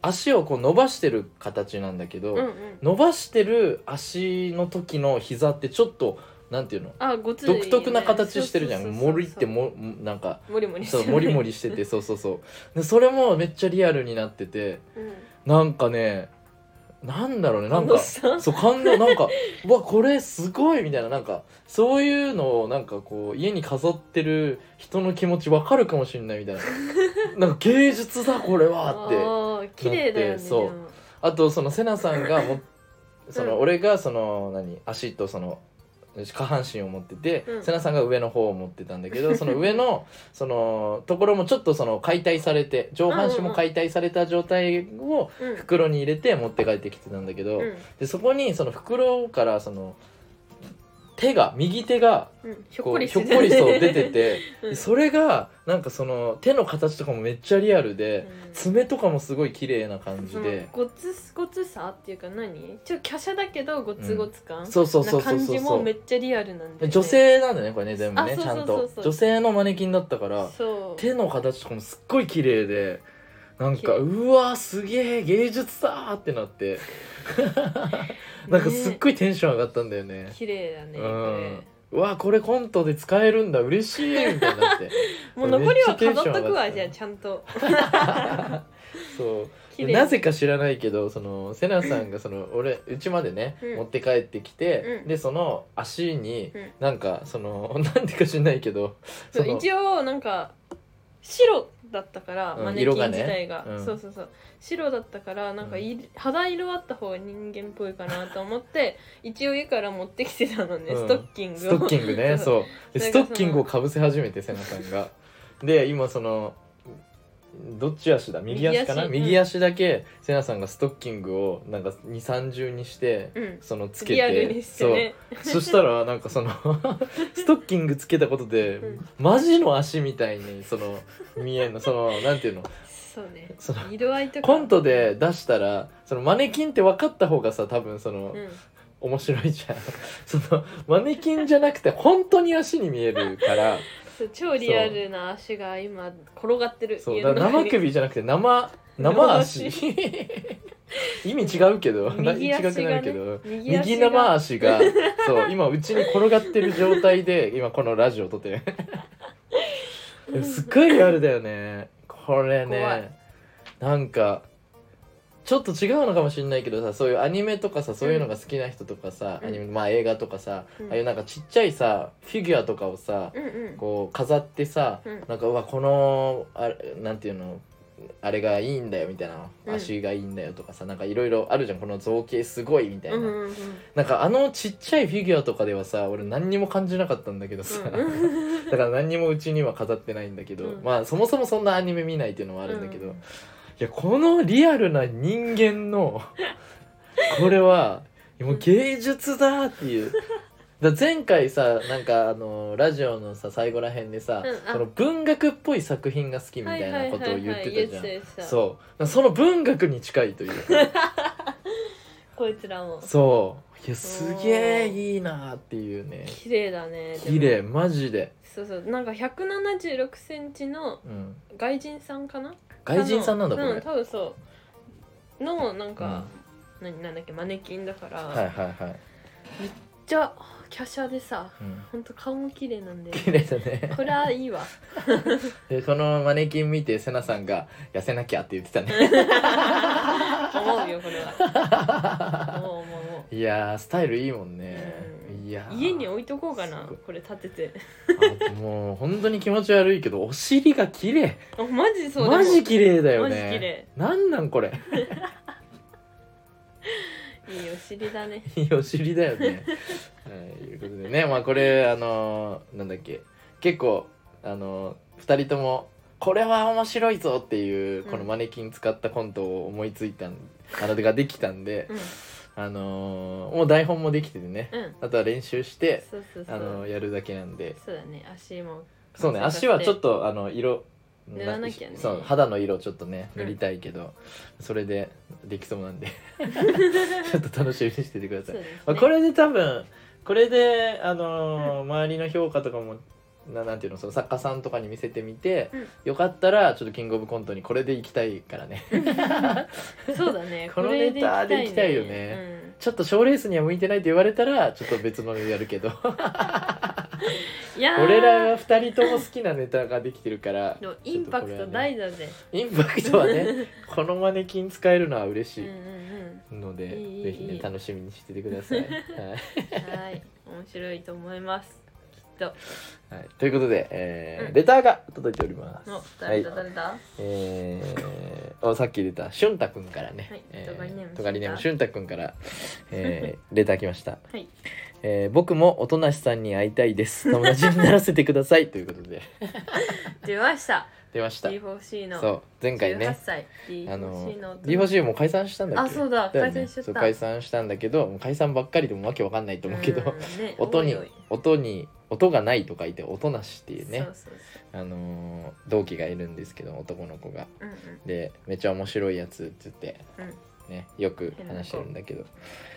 Speaker 1: 足をこう伸ばしてる形なんだけど、
Speaker 2: うんうん。
Speaker 1: 伸ばしてる足の時の膝ってちょっとなんていうの
Speaker 2: あ、ごついね、
Speaker 1: 独特な形してるじゃん
Speaker 2: モ
Speaker 1: も
Speaker 2: リ
Speaker 1: りってもなんか
Speaker 2: モリモリして
Speaker 1: そ
Speaker 2: る。
Speaker 1: うモリモリしててそうそうそうでそれもめっちゃリアルになってて
Speaker 2: うん。
Speaker 1: なんかねなんだろうねな
Speaker 2: 感
Speaker 1: ん
Speaker 2: 動
Speaker 1: か
Speaker 2: した
Speaker 1: そう感動なんか (laughs) うわこれすごいみたいななんかそういうのをなんかこう家に飾ってる人の気持ちわかるかもしれないみたいななんか芸術だこれはって
Speaker 2: あー綺麗だよ
Speaker 1: なっ
Speaker 2: ね
Speaker 1: てそう
Speaker 2: でも
Speaker 1: あとそのセナさんがもその、
Speaker 2: うん
Speaker 1: 俺がその何足とその下半身を持ってて、
Speaker 2: うん
Speaker 1: セナさんが上の方を持ってたんだけどその上のそのところもちょっとその解体されて上半身も解体された状態を
Speaker 2: うん
Speaker 1: 袋に入れて持って帰ってきてたんだけど、
Speaker 2: うん
Speaker 1: でそこにその袋からその手が右手が
Speaker 2: うんひょっ
Speaker 1: こ
Speaker 2: こ
Speaker 1: う
Speaker 2: り
Speaker 1: ひょっこりそう出てて、
Speaker 2: (laughs) うん
Speaker 1: でそれがなんかその手の形とかもめっちゃリアルで。爪とかもすごい綺麗な感じ
Speaker 2: その
Speaker 1: で
Speaker 2: ゴツゴツさっていうか何ちょっと華奢だけどゴツゴツ感、
Speaker 1: そうそうそう
Speaker 2: な
Speaker 1: そう
Speaker 2: 感
Speaker 1: そう
Speaker 2: じ
Speaker 1: そ
Speaker 2: も
Speaker 1: う
Speaker 2: めっちゃリアルなんで、
Speaker 1: 女性なんだねこれね全部
Speaker 2: あ
Speaker 1: ね
Speaker 2: そう
Speaker 1: ち
Speaker 2: そう
Speaker 1: ゃ
Speaker 2: そ
Speaker 1: ん
Speaker 2: うそう
Speaker 1: と女性のマネキンだったから
Speaker 2: そう
Speaker 1: 手の形とかもすっごい綺麗でなん
Speaker 2: 綺
Speaker 1: か
Speaker 2: 麗
Speaker 1: うわーすげえ芸術だーってなってなんかすっごいテンション上がったんだよね
Speaker 2: 綺麗だね
Speaker 1: う
Speaker 2: こ
Speaker 1: ん
Speaker 2: れ
Speaker 1: うわこれコントで使えるんだ嬉しいみたいにな (laughs) って
Speaker 2: もう残りは
Speaker 1: め
Speaker 2: 飾
Speaker 1: っちゃテンション上がった
Speaker 2: っとくわじゃあちゃんと
Speaker 1: そう
Speaker 2: 綺
Speaker 1: で
Speaker 2: 麗
Speaker 1: なぜか知らないけどそのセナさんがその俺うちまでね、
Speaker 2: うん
Speaker 1: 持って帰ってきて、
Speaker 2: うん
Speaker 1: でその足に、
Speaker 2: うん
Speaker 1: なんかその (laughs) なんでか知らないけど
Speaker 2: そ
Speaker 1: そうの
Speaker 2: 一応なんか白だったから、
Speaker 1: うん
Speaker 2: マネキン
Speaker 1: 色が
Speaker 2: 自
Speaker 1: ね
Speaker 2: 体が、
Speaker 1: うん
Speaker 2: そうそうそう白だったからなんかい、肌色あった方が人間っぽいかなと思
Speaker 1: (laughs)
Speaker 2: って一応家から持ってきてたのね、
Speaker 1: うん
Speaker 2: ストッキングを
Speaker 1: ストッキング
Speaker 2: (laughs)
Speaker 1: ね
Speaker 2: そう
Speaker 1: そうで
Speaker 2: なんかそ
Speaker 1: スト
Speaker 2: の
Speaker 1: ッキングをかぶせ始めてセナさんが。で今そのどっち足だ右足かな
Speaker 2: 右足
Speaker 1: 右足,、だけセナさんがストッキングをなんか二三重にして、
Speaker 2: うん
Speaker 1: そのつけ
Speaker 2: リアル
Speaker 1: て
Speaker 2: にしてね
Speaker 1: そうそしたらなん
Speaker 2: (laughs)
Speaker 1: かそのストッキングつけたことで、
Speaker 2: うん
Speaker 1: マジの足みたいにその見えんのそのなんていうの
Speaker 2: そうね
Speaker 1: その
Speaker 2: 色合いとか
Speaker 1: コントで出したらそのマネキンって分かった方がさ多分その、
Speaker 2: うん
Speaker 1: 面白いじゃん (laughs) そのマネキンじゃなくて本当に足に見え
Speaker 2: (laughs)
Speaker 1: るから
Speaker 2: そう超リアルな足が今転がってる
Speaker 1: そう
Speaker 2: 家
Speaker 1: だ
Speaker 2: の
Speaker 1: から
Speaker 2: 中
Speaker 1: 生
Speaker 2: に
Speaker 1: 首じゃなくて生生足 (laughs) 意味違うけど
Speaker 2: 右足が、ね、
Speaker 1: 違くなるけど
Speaker 2: 右
Speaker 1: 右
Speaker 2: 足が
Speaker 1: 生足がそう今うちに転がってる状態で今このラジオ撮ってるでもすっごいリアルだよねこ
Speaker 2: 怖
Speaker 1: れね
Speaker 2: い
Speaker 1: なんかちょっと違うのかもしれないけどさそういうアニメとかさそういうのが好きな人とかさ、
Speaker 2: うん
Speaker 1: アニメまあ映画とかさ、
Speaker 2: うん
Speaker 1: ああいうなんかちっちゃいさフィギュアとかをさ、
Speaker 2: うんうん
Speaker 1: こう飾ってさ、
Speaker 2: うん
Speaker 1: なんかうわこのあれなんていうのあれがいいんだよみたいな
Speaker 2: うん
Speaker 1: 足がいいんだよとかさ、なんかいろいろあるじゃんこの造形すごいみたいな、
Speaker 2: うんうんうん
Speaker 1: なんかあのちっちゃいフィギュアとかではさ俺何にも感じなかったんだけどさ、
Speaker 2: うん
Speaker 1: だから何にもうちには飾ってないんだけど、
Speaker 2: うん
Speaker 1: まあそもそもそんなアニメ見ないっていうのもあるんだけ
Speaker 2: う
Speaker 1: ど、
Speaker 2: ん
Speaker 1: いやこのリアルな人間
Speaker 2: (laughs)
Speaker 1: のこれはもう芸術だっていう。だから前回さなんかあのラジオのさ最後らへんでさ、
Speaker 2: うんあ
Speaker 1: その文学っぽい作品が好 (laughs) きみたいなことを言ってたじゃん、
Speaker 2: はいはいはいはい言ってた
Speaker 1: そうだからその文学に近いというか
Speaker 2: (laughs) こいつらも
Speaker 1: そういやすげえいいなっていうね
Speaker 2: 綺麗だねでも
Speaker 1: 綺麗マジで、
Speaker 2: そうそうなんか176センチの
Speaker 1: うん、
Speaker 2: 外人さんかな
Speaker 1: 外人さんなんだこれ、
Speaker 2: う多分そうのなんか、何なんだっけマネキンだから、
Speaker 1: はいはいはい、
Speaker 2: じゃあ華奢でさ
Speaker 1: うん、
Speaker 2: ほんと顔も綺麗なんで
Speaker 1: 綺麗だね
Speaker 2: (laughs) これはいいわ
Speaker 1: でこのマネキン見てセナさんが「痩せなきゃ」って言ってたね
Speaker 2: 思うよこれは思う思う思う
Speaker 1: いやースタイルいいもんね
Speaker 2: うん
Speaker 1: いやー
Speaker 2: 家に置いとこうかな
Speaker 1: すごい
Speaker 2: これ立てて (laughs)
Speaker 1: あもう本当に気持ち悪いけどお尻が綺麗
Speaker 2: あマジそう
Speaker 1: マジ
Speaker 2: で
Speaker 1: 綺麗だよ
Speaker 2: マジ綺
Speaker 1: ね
Speaker 2: 麗
Speaker 1: なんなんこれ (laughs)
Speaker 2: もいいお尻だね
Speaker 1: いいお尻だよね。はい、いうことでね、まあこれあのーなんだっけ、結構あのー、2人ともこれは面白いぞっていう
Speaker 2: うん
Speaker 1: このマネキン使ったコントを思いついたん、あのができたんで
Speaker 2: う、ん
Speaker 1: あのーもう台本もできててね、
Speaker 2: うん
Speaker 1: あとは練習して
Speaker 2: そうそうそう、
Speaker 1: あのーやるだけなんで、
Speaker 2: そうだね足も
Speaker 1: そうね
Speaker 2: 乾燥させ
Speaker 1: 足
Speaker 2: て
Speaker 1: はちょっとあの色
Speaker 2: 塗らなきゃね
Speaker 1: そう肌の色ちょっとね
Speaker 2: うん
Speaker 1: 塗りたいけど、それでできそうなん
Speaker 2: (laughs)
Speaker 1: でちょっと楽しみにしててください
Speaker 2: そうですね
Speaker 1: まあ、これで多分これで、あのー周りの評価とかもななんていうのその作家さんとかに見せてみて、
Speaker 2: うん
Speaker 1: よかったらちょっと「キングオブコント」にこれで行きたいからね
Speaker 2: そうだね
Speaker 1: このネタでいきたいよね
Speaker 2: これでいきたいね
Speaker 1: ちょっと賞ーレースには向いてないって言われたらちょっと別のやるけど
Speaker 2: いやー
Speaker 1: 俺らは2人とも好きなネタができてるから
Speaker 2: でもインパクト大事だぜ、
Speaker 1: インパクトはねこのマネキン使えるのは嬉
Speaker 2: う
Speaker 1: し
Speaker 2: んう
Speaker 1: い
Speaker 2: ん
Speaker 1: ので、
Speaker 2: いい
Speaker 1: ぜひ
Speaker 2: い
Speaker 1: ね
Speaker 2: い
Speaker 1: 楽しみにしててください、はい
Speaker 2: うんはい面白いと思いますきっと
Speaker 1: はい、ということで、えー
Speaker 2: うん
Speaker 1: レターが届いております
Speaker 2: お
Speaker 1: は
Speaker 2: 誰
Speaker 1: い
Speaker 2: だ、誰だ、
Speaker 1: えー、おさっき出たしゅんたくんからね、
Speaker 2: はい
Speaker 1: え
Speaker 2: とがりねむ
Speaker 1: とがりねむしゅんたくんから、えー、レ (laughs) ター来ました、
Speaker 2: はい
Speaker 1: えー僕もおとなしさんに会いたいです友達にならせてくださいということで
Speaker 2: 出ました
Speaker 1: 出ましたそ
Speaker 2: D4C の
Speaker 1: う前回
Speaker 2: 18
Speaker 1: ね
Speaker 2: 歳 D4C の
Speaker 1: あの
Speaker 2: 大人
Speaker 1: D4C もう解散したんだっ
Speaker 2: あ
Speaker 1: け
Speaker 2: そうだ
Speaker 1: だ
Speaker 2: 解
Speaker 1: よね
Speaker 2: 散しちゃった
Speaker 1: そう解散したんだけどもう解散ばっかりでもわけわかんないと思うけど、
Speaker 2: うんね
Speaker 1: (laughs) 音に
Speaker 2: おいおい
Speaker 1: 音に音がないと書いて音なしっていうね
Speaker 2: そうそう
Speaker 1: あのー同期がいるんですけど男の子が
Speaker 2: そううん
Speaker 1: でめっちゃ面白いやつって言って
Speaker 2: うんうん
Speaker 1: ねよく話してるんだけど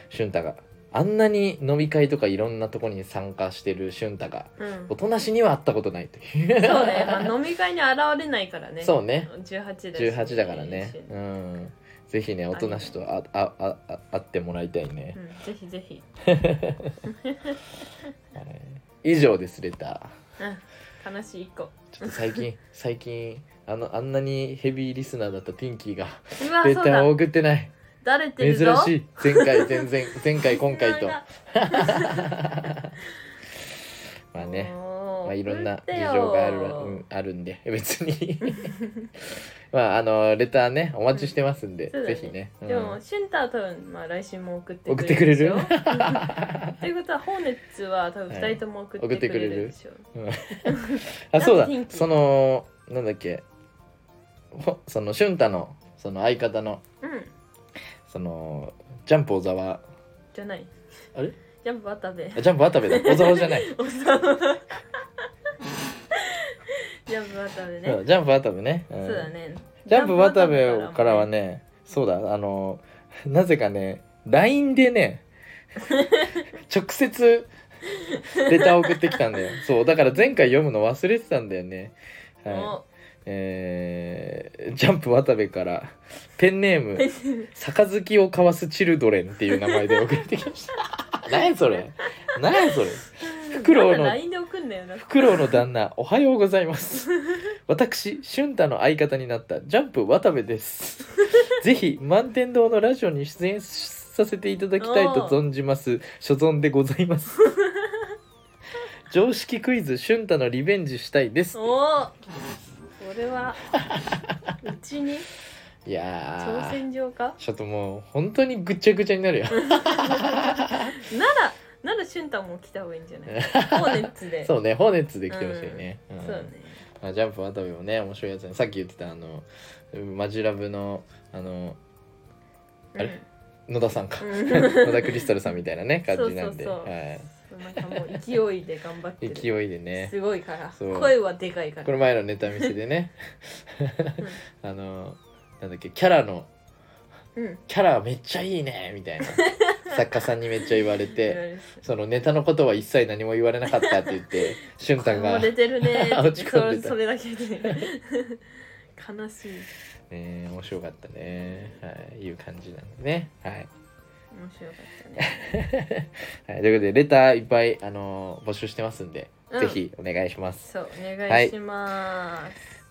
Speaker 1: 俊太があんなに飲み会とかいろんなとこに参加してる俊太が
Speaker 2: うん
Speaker 1: おとなしには会ったことないという
Speaker 2: そうね、まあ、飲み会に現れないからね
Speaker 1: そうね
Speaker 2: 18だし
Speaker 1: 18だからねうんぜひねおとなしとああああ会ってもらいたいね
Speaker 2: う、ん、ぜひぜひ、
Speaker 1: はい以上ですレター
Speaker 2: うん、悲しい一個
Speaker 1: ちょっと
Speaker 2: (laughs)
Speaker 1: 最近最近あのあんなにヘビーリスナーだったピンキーが
Speaker 2: うわ
Speaker 1: レタ
Speaker 2: そう
Speaker 1: ー
Speaker 2: だ
Speaker 1: を送ってない
Speaker 2: だれて
Speaker 1: 珍
Speaker 2: るぞ
Speaker 1: しい前回前々前回今回と
Speaker 2: なんだ
Speaker 1: まあね
Speaker 2: もう
Speaker 1: まあ、いろんな
Speaker 2: 送って
Speaker 1: 事
Speaker 2: よ
Speaker 1: 情がある,、うん、あるんで (laughs) 別にまああのレターねお待ちしてますんで、
Speaker 2: そうだね
Speaker 1: ぜひね、うん
Speaker 2: でも、シュンタは多分、まあ、来週も送って
Speaker 1: 送ってくれる
Speaker 2: でし
Speaker 1: (laughs)
Speaker 2: ょということは、ホーネッツは多分2人とも送ってくれるでしょ。
Speaker 1: あそうだ
Speaker 2: なんて
Speaker 1: そのなんだっけほその俊太のその相方の
Speaker 2: うん、
Speaker 1: そのジャンプ小沢
Speaker 2: じゃない。
Speaker 1: あれ
Speaker 2: ジャンプ渡 (laughs) 部。
Speaker 1: あジャンプ渡部 (laughs) だ小沢じゃない、
Speaker 2: おさまジャンプ渡部
Speaker 1: う
Speaker 2: ね
Speaker 1: ん。ジャンプ渡部ね、うん
Speaker 2: そうだね。
Speaker 1: ジャンプ渡部からはねそうだあのなぜかね LINE で (laughs) ね直接レター送ってきたんだ (laughs) よそうだから前回読むの忘れてたんだよね
Speaker 2: ジャンプ渡部も、
Speaker 1: はいえー、ジャンプ渡部からペンネー (laughs) ム「杯を交わすチルドレン」っていう名前で送ってきました (laughs) 何それ何それフクロウ
Speaker 2: ま
Speaker 1: の
Speaker 2: だ LINE で送んだよな。
Speaker 1: フクロウの旦那おはようございます私俊太の相方になったジャンプ渡部ですぜひ満天堂のラジオに出演させていただきたいと存じます所存でございます常識クイズ俊太のリベンジしたいです
Speaker 2: おお。これ
Speaker 1: (laughs)
Speaker 2: は。うちに
Speaker 1: いや
Speaker 2: 挑
Speaker 1: ー
Speaker 2: 戦状か。
Speaker 1: ちょっともう本当にぐっちゃぐちゃになるよ
Speaker 2: なら、なら、シュンタも来た方がいいんじゃない。ホーネッツで。
Speaker 1: (laughs) そうね放熱で来てほしいね、うん
Speaker 2: そうね。
Speaker 1: まあ、ジャンプ渡部もね面白いやつねさっき言ってたあのマジラブのあのあれ野田さんか、
Speaker 2: うん
Speaker 1: 野田クリスタルさんみたい
Speaker 2: (laughs)
Speaker 1: なね感じなんで
Speaker 2: そうそうそう
Speaker 1: はい
Speaker 2: うんなんかもう勢いで頑張ってる。
Speaker 1: 勢いでね
Speaker 2: すごいから。
Speaker 1: そう
Speaker 2: 声はでかいか
Speaker 1: こ
Speaker 2: ら。
Speaker 1: の前のネタ見せ
Speaker 2: (laughs)
Speaker 1: でねあのなんだっけキャラの
Speaker 2: うん。
Speaker 1: キャラめっちゃいいねみ
Speaker 2: (laughs)
Speaker 1: たいな作家さんにめっちゃ言われ
Speaker 2: 言わ
Speaker 1: て
Speaker 2: れる
Speaker 1: そのネタのことは一切何も言われなかったって言って俊太
Speaker 2: も
Speaker 1: が
Speaker 2: う、出てるねー。
Speaker 1: (laughs) 落ち込んでた
Speaker 2: それそれだけで。 (laughs) 悲しい。
Speaker 1: ね、面白かったね、はい、いう感じなんでね、はい
Speaker 2: 面白かったね。
Speaker 1: はい、ということでレターいっぱい、あの募集してますんで、
Speaker 2: うん
Speaker 1: ぜひお願いします
Speaker 2: そう、お願いしま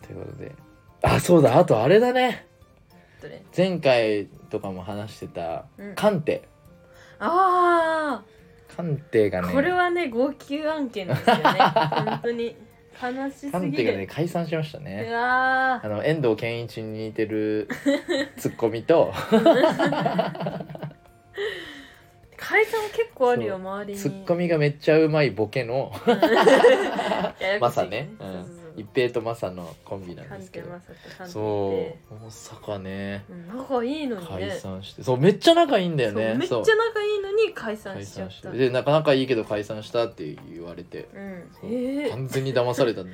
Speaker 2: す。
Speaker 1: ということであそうだあとあれだね
Speaker 2: どれ。
Speaker 1: 前回とかも話してた
Speaker 2: うん
Speaker 1: 鑑定、
Speaker 2: ああ。
Speaker 1: 鑑定がね
Speaker 2: これはね号泣案件なんですよね
Speaker 1: (laughs)
Speaker 2: 本当に悲しす
Speaker 1: 鑑
Speaker 2: ぎ
Speaker 1: 定
Speaker 2: る、
Speaker 1: がね解散しましたね
Speaker 2: うわ
Speaker 1: あの遠藤健一に似て
Speaker 2: (laughs)
Speaker 1: るツッコミと
Speaker 2: ー解散結構あるよ
Speaker 1: そう
Speaker 2: 周りに
Speaker 1: ツッコミがめっちゃうまいボ
Speaker 2: (laughs)
Speaker 1: ケの
Speaker 2: ややこ
Speaker 1: マ
Speaker 2: しい
Speaker 1: サね、う
Speaker 2: そそ
Speaker 1: ん、
Speaker 2: そう
Speaker 1: 一平とマサのコンビなんで
Speaker 2: 鑑
Speaker 1: すけ
Speaker 2: 定
Speaker 1: ど
Speaker 2: マサと鑑定
Speaker 1: そうまさかね
Speaker 2: うん仲いいのに
Speaker 1: 解
Speaker 2: ね
Speaker 1: 散してそうめっちゃ仲いいんだ
Speaker 2: そ
Speaker 1: よ
Speaker 2: う
Speaker 1: ね
Speaker 2: めっちゃ
Speaker 1: そう
Speaker 2: 仲いいのに解散
Speaker 1: 解
Speaker 2: しちゃっ
Speaker 1: 散したて
Speaker 2: うん
Speaker 1: でなかなかいいけど解散したって言われてそう
Speaker 2: えー
Speaker 1: 完全に騙さ
Speaker 2: (laughs)
Speaker 1: れたんだ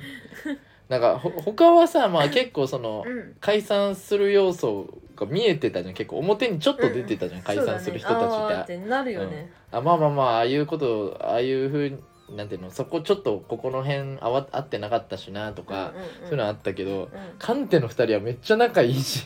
Speaker 1: なんかほ他はさまあ結構その、
Speaker 2: うん
Speaker 1: 解散する要素が見えてたじゃん結構表にちょっと出てたじゃん、解散する人たち
Speaker 2: そうだねあー
Speaker 1: っ、
Speaker 2: っててなるよね、
Speaker 1: あまあまあまあああいうことああいうふうになんていうのそこちょっとここの辺合わ合ってなかったしなとか、
Speaker 2: うんうんうん
Speaker 1: そういうのあったけど、
Speaker 2: うん
Speaker 1: カンテの2人はめっちゃ仲いいし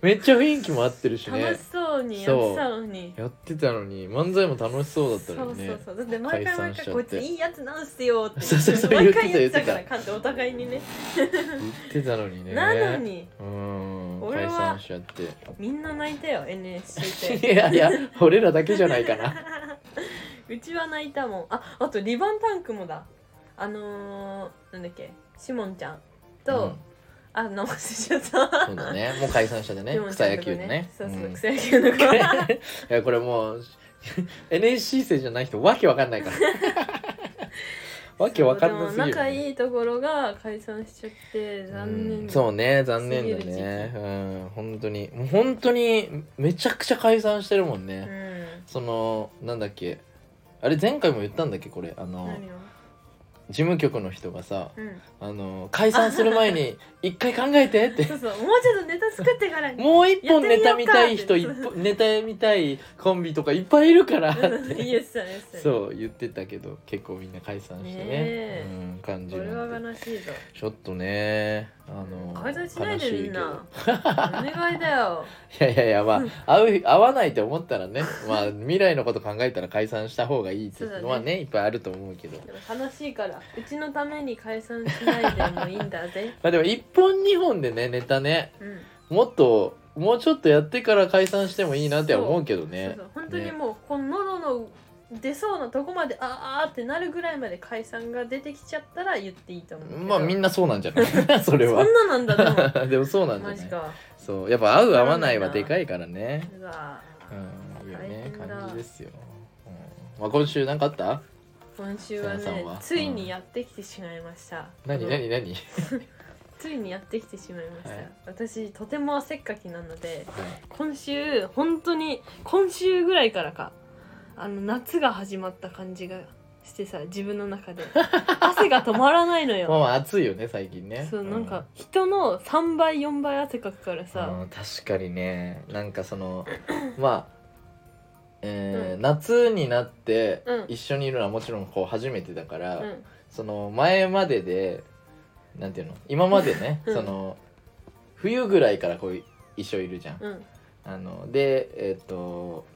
Speaker 1: めっちゃ雰囲気も合ってるしね
Speaker 2: 楽しそうそうにやってたのに
Speaker 1: やってたのに漫才も楽しそうだった
Speaker 2: そ
Speaker 1: の
Speaker 2: う
Speaker 1: に
Speaker 2: そ
Speaker 1: ね
Speaker 2: うそうだって毎回毎
Speaker 1: 解散し
Speaker 2: 回
Speaker 1: ちゃ
Speaker 2: こ
Speaker 1: っ
Speaker 2: い
Speaker 1: て
Speaker 2: ついいやつなんすよって
Speaker 1: そうそうそう
Speaker 2: 毎回
Speaker 1: 言
Speaker 2: 言
Speaker 1: っ
Speaker 2: ってて
Speaker 1: た
Speaker 2: た
Speaker 1: 言
Speaker 2: から
Speaker 1: って
Speaker 2: かんってお互いにね
Speaker 1: 言ってたのにね
Speaker 2: なのに
Speaker 1: うーん
Speaker 2: 俺
Speaker 1: 解
Speaker 2: は
Speaker 1: 散しちゃって
Speaker 2: みんな泣いたよ NSC
Speaker 1: い
Speaker 2: で
Speaker 1: やいや俺らだけじゃないかな
Speaker 2: (laughs) うちは泣いたもんああとリバンタンクもだあのー、なんだっけシモンちゃんと、
Speaker 1: うん
Speaker 2: あの忘れちゃった
Speaker 1: そうだねもう解散しちゃって
Speaker 2: (laughs)
Speaker 1: ね
Speaker 2: シモンち
Speaker 1: 草
Speaker 2: ゃん
Speaker 1: 野
Speaker 2: とか
Speaker 1: 球のね
Speaker 2: そうそう、
Speaker 1: ん
Speaker 2: 草野球の子
Speaker 1: (laughs) いやこれもう NSC 生じゃない人わけわかんない
Speaker 2: (laughs)
Speaker 1: からわけわかんなすぎ
Speaker 2: でも
Speaker 1: る、
Speaker 2: 仲いいところが解散しちゃって残念、
Speaker 1: うんそうね残念だねうん本当にもう本当にめちゃくちゃ解散してるもん
Speaker 2: う
Speaker 1: ね、
Speaker 2: ん
Speaker 1: そのなんだっけあれ前回も言ったんだっけこれあの
Speaker 2: 何を
Speaker 1: 事務局の人がさ
Speaker 2: うん
Speaker 1: あの解散する前に一回考えてって
Speaker 2: そうそうもうちょっとネタ作ってからに
Speaker 1: もう一本ネタ見たい
Speaker 2: やって
Speaker 1: 人
Speaker 2: み
Speaker 1: 一
Speaker 2: ようか
Speaker 1: 本ネタ見たいコンビとかいっぱいいるからって
Speaker 2: うん (laughs) イエスさんイエスさん
Speaker 1: そう言ってたけど結構みんな解散してね
Speaker 2: ねえ
Speaker 1: うん、感じ
Speaker 2: これ
Speaker 1: な
Speaker 2: は
Speaker 1: んで
Speaker 2: 悲しいぞ
Speaker 1: ちょっとねあの
Speaker 2: 解散しないでみんな
Speaker 1: 悲
Speaker 2: お願いだよ
Speaker 1: しいけどいやいやいやまあ会う会わないと思ったらねまあ未来のこと考えたら解散した方がいいって
Speaker 2: そうだね
Speaker 1: まあねいっぱいあると思うけど
Speaker 2: でも悲しいからうちのために解散しないでもいいんだぜ
Speaker 1: まあでも1本2本でねネタね
Speaker 2: うん
Speaker 1: もっともうちょっとやってから解散してもいいなっては思うけど
Speaker 2: そう
Speaker 1: ね
Speaker 2: そう本当にもうこの喉の出そうなとこまであーあーってなるぐらいまで解散が出てきちゃったら言っていいと思うけど
Speaker 1: まあみんなそうなんじゃない (laughs) それ
Speaker 2: そ
Speaker 1: は
Speaker 2: んななんだと思
Speaker 1: (laughs) でもそうな
Speaker 2: うん
Speaker 1: じゃ
Speaker 2: マ
Speaker 1: な
Speaker 2: ジ
Speaker 1: い
Speaker 2: か
Speaker 1: そうやっぱ合う合わないはでかいからね
Speaker 2: うわ
Speaker 1: うん、いいよ
Speaker 2: 大、
Speaker 1: ね
Speaker 2: 変だ
Speaker 1: 感じですよ。うん、まあ、今週なんかあった。
Speaker 2: 今週は
Speaker 1: さやさ
Speaker 2: ね
Speaker 1: んは
Speaker 2: ついにやってきてしまいましたこ
Speaker 1: 何、
Speaker 2: の
Speaker 1: 何、何。はい、
Speaker 2: ついにやってきてしまいました、
Speaker 1: はい
Speaker 2: 私とてもせっかきなので今週本当に今週ぐらいからかあの夏が始まった感じがしてさ自分の
Speaker 1: (laughs)
Speaker 2: 中で汗が止まらないの
Speaker 1: まあ、
Speaker 2: よ
Speaker 1: まあ、暑いよね、最近ね。
Speaker 2: そうなんか人の3倍4倍汗かくから
Speaker 1: うん。
Speaker 2: さ
Speaker 1: うん確かにね、なんかそ
Speaker 2: (coughs)
Speaker 1: の、まあ。えー
Speaker 2: うん
Speaker 1: 夏になって
Speaker 2: うん
Speaker 1: 一緒にいるのはもちろんこう初めてだか
Speaker 2: う
Speaker 1: ら、
Speaker 2: ん
Speaker 1: その前まででなんていうの今までね、
Speaker 2: うん
Speaker 1: その冬ぐらいからこう一緒いるじゃん。
Speaker 2: うん
Speaker 1: あのでえっ、と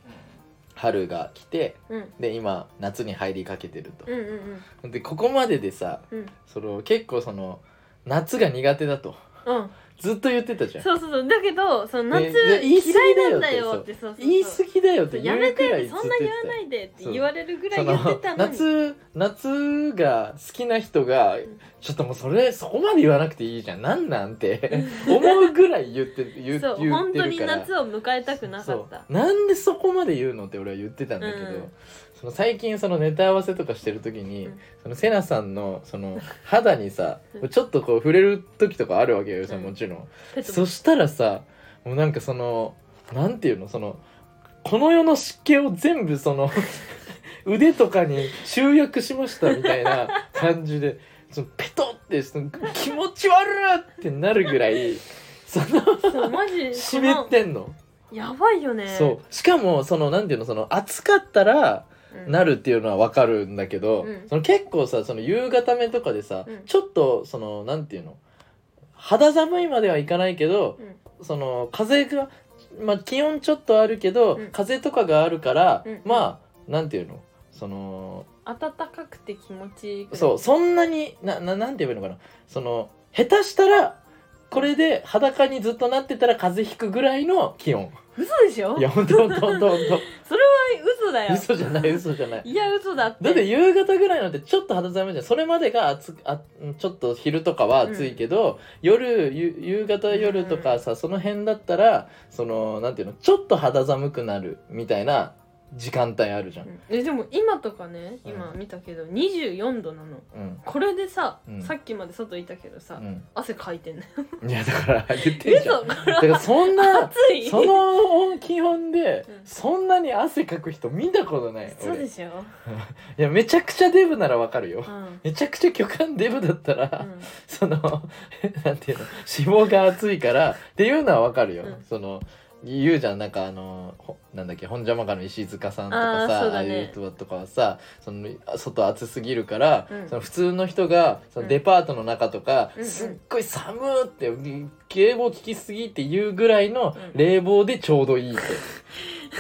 Speaker 1: 春が来て
Speaker 2: うん
Speaker 1: で今夏に入りかけてると。
Speaker 2: うんうん
Speaker 1: でここまででさ
Speaker 2: うん
Speaker 1: その結構その夏が苦手だと
Speaker 2: うん
Speaker 1: ずっと言ってたじゃん
Speaker 2: そうそうそうだけどその夏
Speaker 1: でで言い過ぎだ
Speaker 2: 嫌
Speaker 1: よ
Speaker 2: いなんだよってそうそうそう
Speaker 1: 言い過ぎだよって
Speaker 2: や
Speaker 1: 言
Speaker 2: め
Speaker 1: うくら
Speaker 2: て
Speaker 1: いずっ
Speaker 2: そ
Speaker 1: と
Speaker 2: んな
Speaker 1: 言
Speaker 2: 言
Speaker 1: っ
Speaker 2: わな
Speaker 1: てたよ
Speaker 2: いでって
Speaker 1: そう
Speaker 2: 言われるぐら
Speaker 1: そ
Speaker 2: い言って
Speaker 1: の
Speaker 2: たのに
Speaker 1: 夏夏が好きな人が
Speaker 2: ん
Speaker 1: ちょっともうそれそこまで言わなくていいじゃんなんなん
Speaker 2: (laughs)
Speaker 1: て思うぐらい言って言う
Speaker 2: そう
Speaker 1: 言っ
Speaker 2: 本
Speaker 1: て
Speaker 2: 当
Speaker 1: る
Speaker 2: に
Speaker 1: から
Speaker 2: 夏を迎えたくなか
Speaker 1: そ
Speaker 2: った
Speaker 1: うなんでそこまで言うのって俺は言ってたんだけ
Speaker 2: う
Speaker 1: ど、
Speaker 2: ん
Speaker 1: その最近そのネタ合わせとかしてる時に、
Speaker 2: うん
Speaker 1: そのセナさんのその肌にさ
Speaker 2: うん
Speaker 1: ちょっとこう触れる時とかあるわけよ、さ
Speaker 2: うん
Speaker 1: もちろん。
Speaker 2: ペットボ
Speaker 1: そ
Speaker 2: ト
Speaker 1: したらさもうなんかそのなんていうのそのこの世の湿気を全部そ
Speaker 2: (laughs)
Speaker 1: の腕とかに集約しましたみたいな感じでそのペトってその気持ち悪いってなるぐらいその
Speaker 2: ルそうマジで
Speaker 1: 湿ってんの。
Speaker 2: やばいよね
Speaker 1: そうしかもそのなんていうのその暑かったら
Speaker 2: うん
Speaker 1: なるっていうのはわかるんだけど、
Speaker 2: うん
Speaker 1: その結構さその夕方目とかでさ、
Speaker 2: うん
Speaker 1: ちょっとそのなんていうの肌寒いまではいかないけど
Speaker 2: うん
Speaker 1: その風が、まあ、気温ちょっとあるけど、
Speaker 2: うん
Speaker 1: 風とかがあるから、
Speaker 2: うん
Speaker 1: まあなんていうのその
Speaker 2: 暖かくて気持ちいいくらい
Speaker 1: そうそんなになななんて言えばいいのかなその下手したらこれで裸にずっとなってたら風邪ひくぐらいの気温
Speaker 2: 嘘でしょ
Speaker 1: いやほんとほんとほんとほんと
Speaker 2: 嘘だよ
Speaker 1: 嘘じゃない嘘じゃない
Speaker 2: いや嘘だって
Speaker 1: だって夕方ぐらいのってちょっと肌寒いじゃんそれまでが暑くあちょっと昼とかは暑いけど、夜ゆ夕方夜とかさ、その辺だったらそのなんていうのちょっと肌寒くなるみたいな時間帯あるじゃん
Speaker 2: う、んえでも今とかね
Speaker 1: うん
Speaker 2: 今見たけど24度なの
Speaker 1: うん
Speaker 2: これでさ、
Speaker 1: うん
Speaker 2: さっきまで外いたけどさ、
Speaker 1: う
Speaker 2: 汗かいてんね
Speaker 1: ん、いやだから言ってんじゃん
Speaker 2: 嘘これ
Speaker 1: だからそんな
Speaker 2: 暑い
Speaker 1: その気温で
Speaker 2: うん
Speaker 1: そんなに汗かく人見たことない
Speaker 2: そう
Speaker 1: 俺
Speaker 2: で
Speaker 1: い
Speaker 2: しょ
Speaker 1: やめちゃくちゃデブならわかるよ
Speaker 2: うん、うん
Speaker 1: めちゃくちゃ巨漢デブだったら、 (laughs) そのなんていうの脂肪が厚いからっていうのはわかるよ、
Speaker 2: うん
Speaker 1: その言うじゃんなんかあのほなんだっけ本邪魔家の石塚さんと
Speaker 2: あ
Speaker 1: か
Speaker 2: ー
Speaker 1: さあ,、
Speaker 2: そうだ
Speaker 1: あ
Speaker 2: ね
Speaker 1: いう人とかはさその外暑すぎるから、
Speaker 2: うん
Speaker 1: その普通の人がそのデパートの中とか、
Speaker 2: うん
Speaker 1: すっごい寒ーってうん冷房効きすぎっていうぐらいの
Speaker 2: うん
Speaker 1: 冷房でちょうど
Speaker 2: (laughs)
Speaker 1: いいって、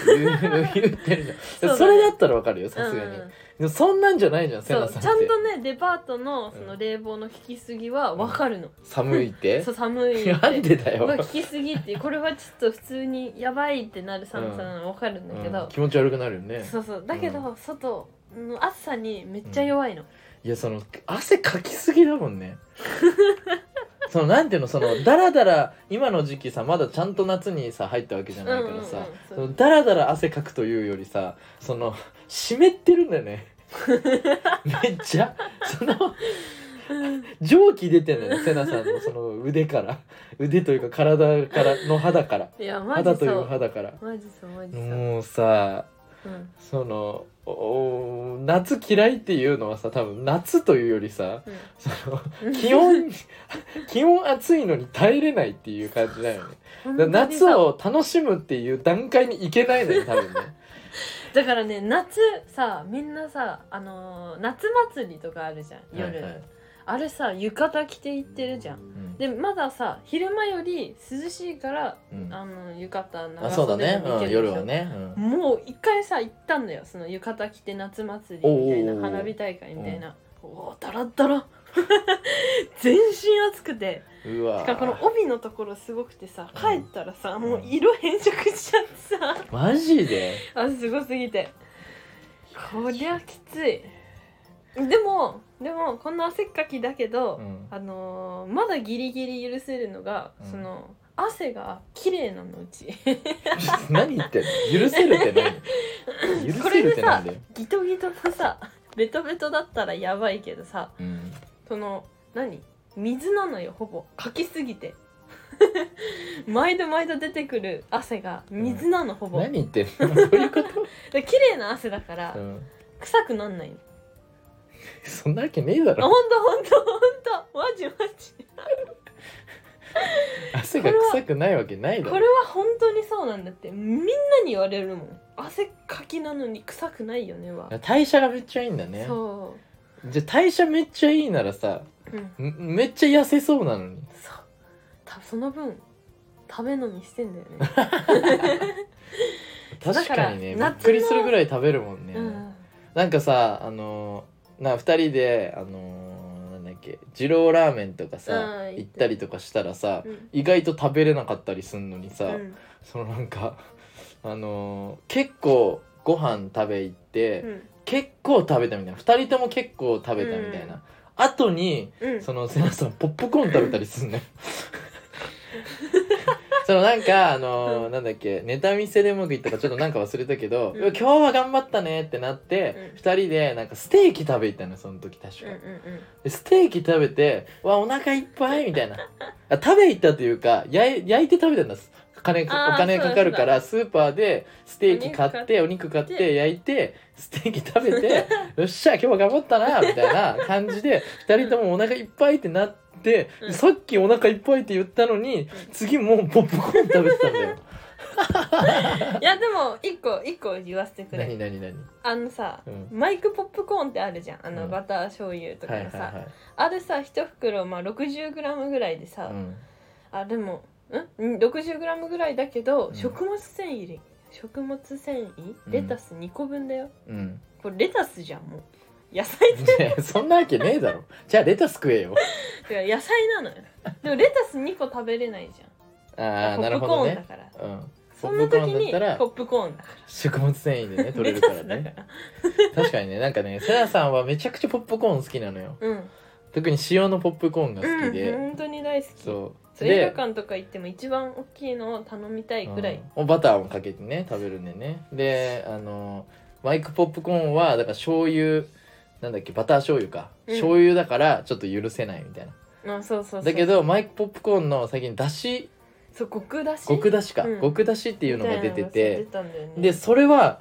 Speaker 1: 言う言ってるじゃん
Speaker 2: う
Speaker 1: そ,、
Speaker 2: だね
Speaker 1: れだったらわかるよさす
Speaker 2: う
Speaker 1: がに、
Speaker 2: んう
Speaker 1: で
Speaker 2: ん
Speaker 1: もそんなんじゃないじゃんセ
Speaker 2: そ
Speaker 1: ナ
Speaker 2: う
Speaker 1: さんって
Speaker 2: ちゃんとねデパートのその冷房の効きすぎは分かるの、
Speaker 1: 寒いっ
Speaker 2: (laughs)
Speaker 1: て
Speaker 2: そう寒い
Speaker 1: いや (laughs) なんでだよ、
Speaker 2: まあ、効きすぎってこれはちょっと普通にやばいってなる寒さなの分かるんだけ
Speaker 1: うん
Speaker 2: ど、
Speaker 1: 気持ち悪くなるよね
Speaker 2: そうそうだけど、外の暑さにめっちゃ弱いの、
Speaker 1: いやその汗かきすぎだもんね (laughs) そのなんていうのそのだらだら今の時期さまだちゃんと夏にさ入ったわけじゃないか
Speaker 2: うん
Speaker 1: らさ、
Speaker 2: う
Speaker 1: そ
Speaker 2: んうんそう
Speaker 1: のだらだら汗かくというよりさその湿ってるんだ
Speaker 2: (laughs)
Speaker 1: よねめっちゃその蒸気出てんだよねセナさんのその腕から腕というか体からの肌から
Speaker 2: いやマ
Speaker 1: 肌
Speaker 2: ジ
Speaker 1: と
Speaker 2: そ
Speaker 1: いう
Speaker 2: う
Speaker 1: 肌から
Speaker 2: マジそうマジそう、
Speaker 1: もうさ
Speaker 2: うん
Speaker 1: そのお夏嫌いっていうのはさ多分夏というよりさ
Speaker 2: うん (laughs)
Speaker 1: その気温気温暑いのに耐えれないっていう感じだよね
Speaker 2: 本当
Speaker 1: だ
Speaker 2: に
Speaker 1: から夏
Speaker 2: さ
Speaker 1: を楽しむっていう段階に行けないのよ多分ね
Speaker 2: だからね夏さみんなさあのー夏祭りとかあるじゃん (laughs) 夜、
Speaker 1: はいはい
Speaker 2: あれさ浴衣着て行ってるじゃ
Speaker 1: うんん
Speaker 2: でまださ昼間より涼しいから
Speaker 1: うん
Speaker 2: あの浴衣長
Speaker 1: あそうだ
Speaker 2: 袖で
Speaker 1: ね、
Speaker 2: も行
Speaker 1: う
Speaker 2: けるでしょ
Speaker 1: ん、夜はね、うん
Speaker 2: もう一回さ行ったんだよその浴衣着て夏祭りみたい
Speaker 1: おうおうおう
Speaker 2: な花火大会みたいなおおダラッダラ (laughs) 全身暑くて
Speaker 1: うわ
Speaker 2: しかもこの
Speaker 1: ー
Speaker 2: 帯のところすごくてさ
Speaker 1: うん
Speaker 2: 帰ったらさもう色変色しちゃってさ (laughs)
Speaker 1: マジで
Speaker 2: あすごすぎてこりゃきついでもでもこんな汗っかきだけど、
Speaker 1: うん (laughs)
Speaker 2: あのーまだギリギリ許せるのが、
Speaker 1: うん
Speaker 2: その汗が綺麗なのうち
Speaker 1: 何言ってんの許せるって何許
Speaker 2: これ
Speaker 1: せる
Speaker 2: で
Speaker 1: ってな
Speaker 2: さ
Speaker 1: んだよ、
Speaker 2: ギトギトのさベトベトだったらやばいけどさ
Speaker 1: うん、
Speaker 2: その何水なのよほぼかきすぎて (laughs) 毎度毎度出てくる汗が水なの、ほぼ
Speaker 1: 何言ってんのどういうこ
Speaker 2: で綺麗な汗だから、
Speaker 1: と、うん、
Speaker 2: 臭くなんないの
Speaker 1: そんなわけねえだ
Speaker 2: あほ
Speaker 1: ろ
Speaker 2: んとほんとほんとマジマジ
Speaker 1: 汗が臭くないわけないだろ
Speaker 2: これは本当にそうなんだってみんなに言われるもん汗かきなのに臭くないよねは、
Speaker 1: 代謝がめっちゃいいんだね
Speaker 2: そ
Speaker 1: じゃあ代謝めっちゃいいならさ
Speaker 2: ううん
Speaker 1: んめっちゃ痩せそうなのに
Speaker 2: そうたその分食べ飲みしてんだよね、
Speaker 1: 確かにねび
Speaker 2: だから
Speaker 1: っくりするぐらい食べるも (laughs) んね、
Speaker 2: うん、
Speaker 1: なんかさあのーな2人であのーなんだっけ二郎ラーメンとかさ、
Speaker 2: うん
Speaker 1: 行ったりとかしたらさ、
Speaker 2: うん
Speaker 1: 意外と食べれなかったりすんのにさ、
Speaker 2: うん
Speaker 1: そのなんかあのー結構ご飯食べ行って、
Speaker 2: うん
Speaker 1: 結構食べたみたいな2人とも結構食べたみたいな、
Speaker 2: うん
Speaker 1: 後に
Speaker 2: うん
Speaker 1: そのセナさんポップコーン食べたりすんね (laughs) そのなんかあのーなんだっけネタ見せでうまくいったかちょっとなんか忘れたけど、
Speaker 2: うん
Speaker 1: うわ今日は頑張ったねってなって、
Speaker 2: うん
Speaker 1: 二2人でなんかステーキ食べ行ったのその時確か、
Speaker 2: うんうん
Speaker 1: でステーキ食べてうわお腹いっぱいみたいなあ食べ行ったというかやい焼いて食べたんです金か
Speaker 2: あー
Speaker 1: お金かかるからスーパーでステーキ買ってお肉買っ
Speaker 2: 買って
Speaker 1: て焼いてステーキ食べ
Speaker 2: (laughs)
Speaker 1: てよっしゃ今日は頑張ったなみたいな感じで2人ともお腹いっぱいってなって、
Speaker 2: うん
Speaker 1: さっきお腹いっぱいって言ったのに、次もうポップコーン食べてたんだ
Speaker 2: (laughs)
Speaker 1: よ
Speaker 2: うんいやでも一個一個言わせてくれ
Speaker 1: 何何何
Speaker 2: あのさ、
Speaker 1: うん
Speaker 2: マイクポップコーンってあるじゃんあの、
Speaker 1: うん
Speaker 2: バター醤油とか
Speaker 1: はい
Speaker 2: の
Speaker 1: は
Speaker 2: さ、
Speaker 1: いはい
Speaker 2: あれさ一袋、まあ、60g ぐらいでさ、
Speaker 1: うん
Speaker 2: あでもんん 60g ぐらいだけど、
Speaker 1: うん
Speaker 2: 食物繊維で食物繊維
Speaker 1: うん
Speaker 2: レタス2個分だよ、
Speaker 1: うん
Speaker 2: これレタスじゃんもう野菜って
Speaker 1: いやそんなわけねえだろじゃあレタス食えよ
Speaker 2: いうか野菜なのよでもレタス2個食べれないじゃ
Speaker 1: ああ
Speaker 2: ん
Speaker 1: な
Speaker 2: ポ
Speaker 1: る
Speaker 2: ップ
Speaker 1: ほ
Speaker 2: コ
Speaker 1: ど
Speaker 2: ーンだ
Speaker 1: ね
Speaker 2: から、
Speaker 1: うん
Speaker 2: そんな時に
Speaker 1: ポップコーンだったら
Speaker 2: ポップコーンだか
Speaker 1: 食物繊維でね
Speaker 2: ら
Speaker 1: 取
Speaker 2: レ
Speaker 1: れるか
Speaker 2: タ (laughs)
Speaker 1: ら
Speaker 2: スだか
Speaker 1: ね
Speaker 2: ら
Speaker 1: 確かにねなんかねセナさんはめちゃくちゃポップコーン好きなのよ
Speaker 2: うん、
Speaker 1: 特に塩のポップコーンが
Speaker 2: う
Speaker 1: 好
Speaker 2: ん
Speaker 1: きで、、
Speaker 2: 本当に大好きそう
Speaker 1: そう
Speaker 2: 映画館とか行っても一番大きいのを頼みたいくらい、
Speaker 1: うんバターもかけてね食べるんでねであのマイクポップコーンはだから醤油なんだっけバター醤油か、
Speaker 2: うん
Speaker 1: 醤油だからちょっと許せないみたいな
Speaker 2: うん、そうそうそう
Speaker 1: だけどマイクポップコーンの最近だし
Speaker 2: そう極だし
Speaker 1: 極だしか、
Speaker 2: うん
Speaker 1: 極だしっていうのが出てて
Speaker 2: みたいなのが出たんだよね
Speaker 1: でそれは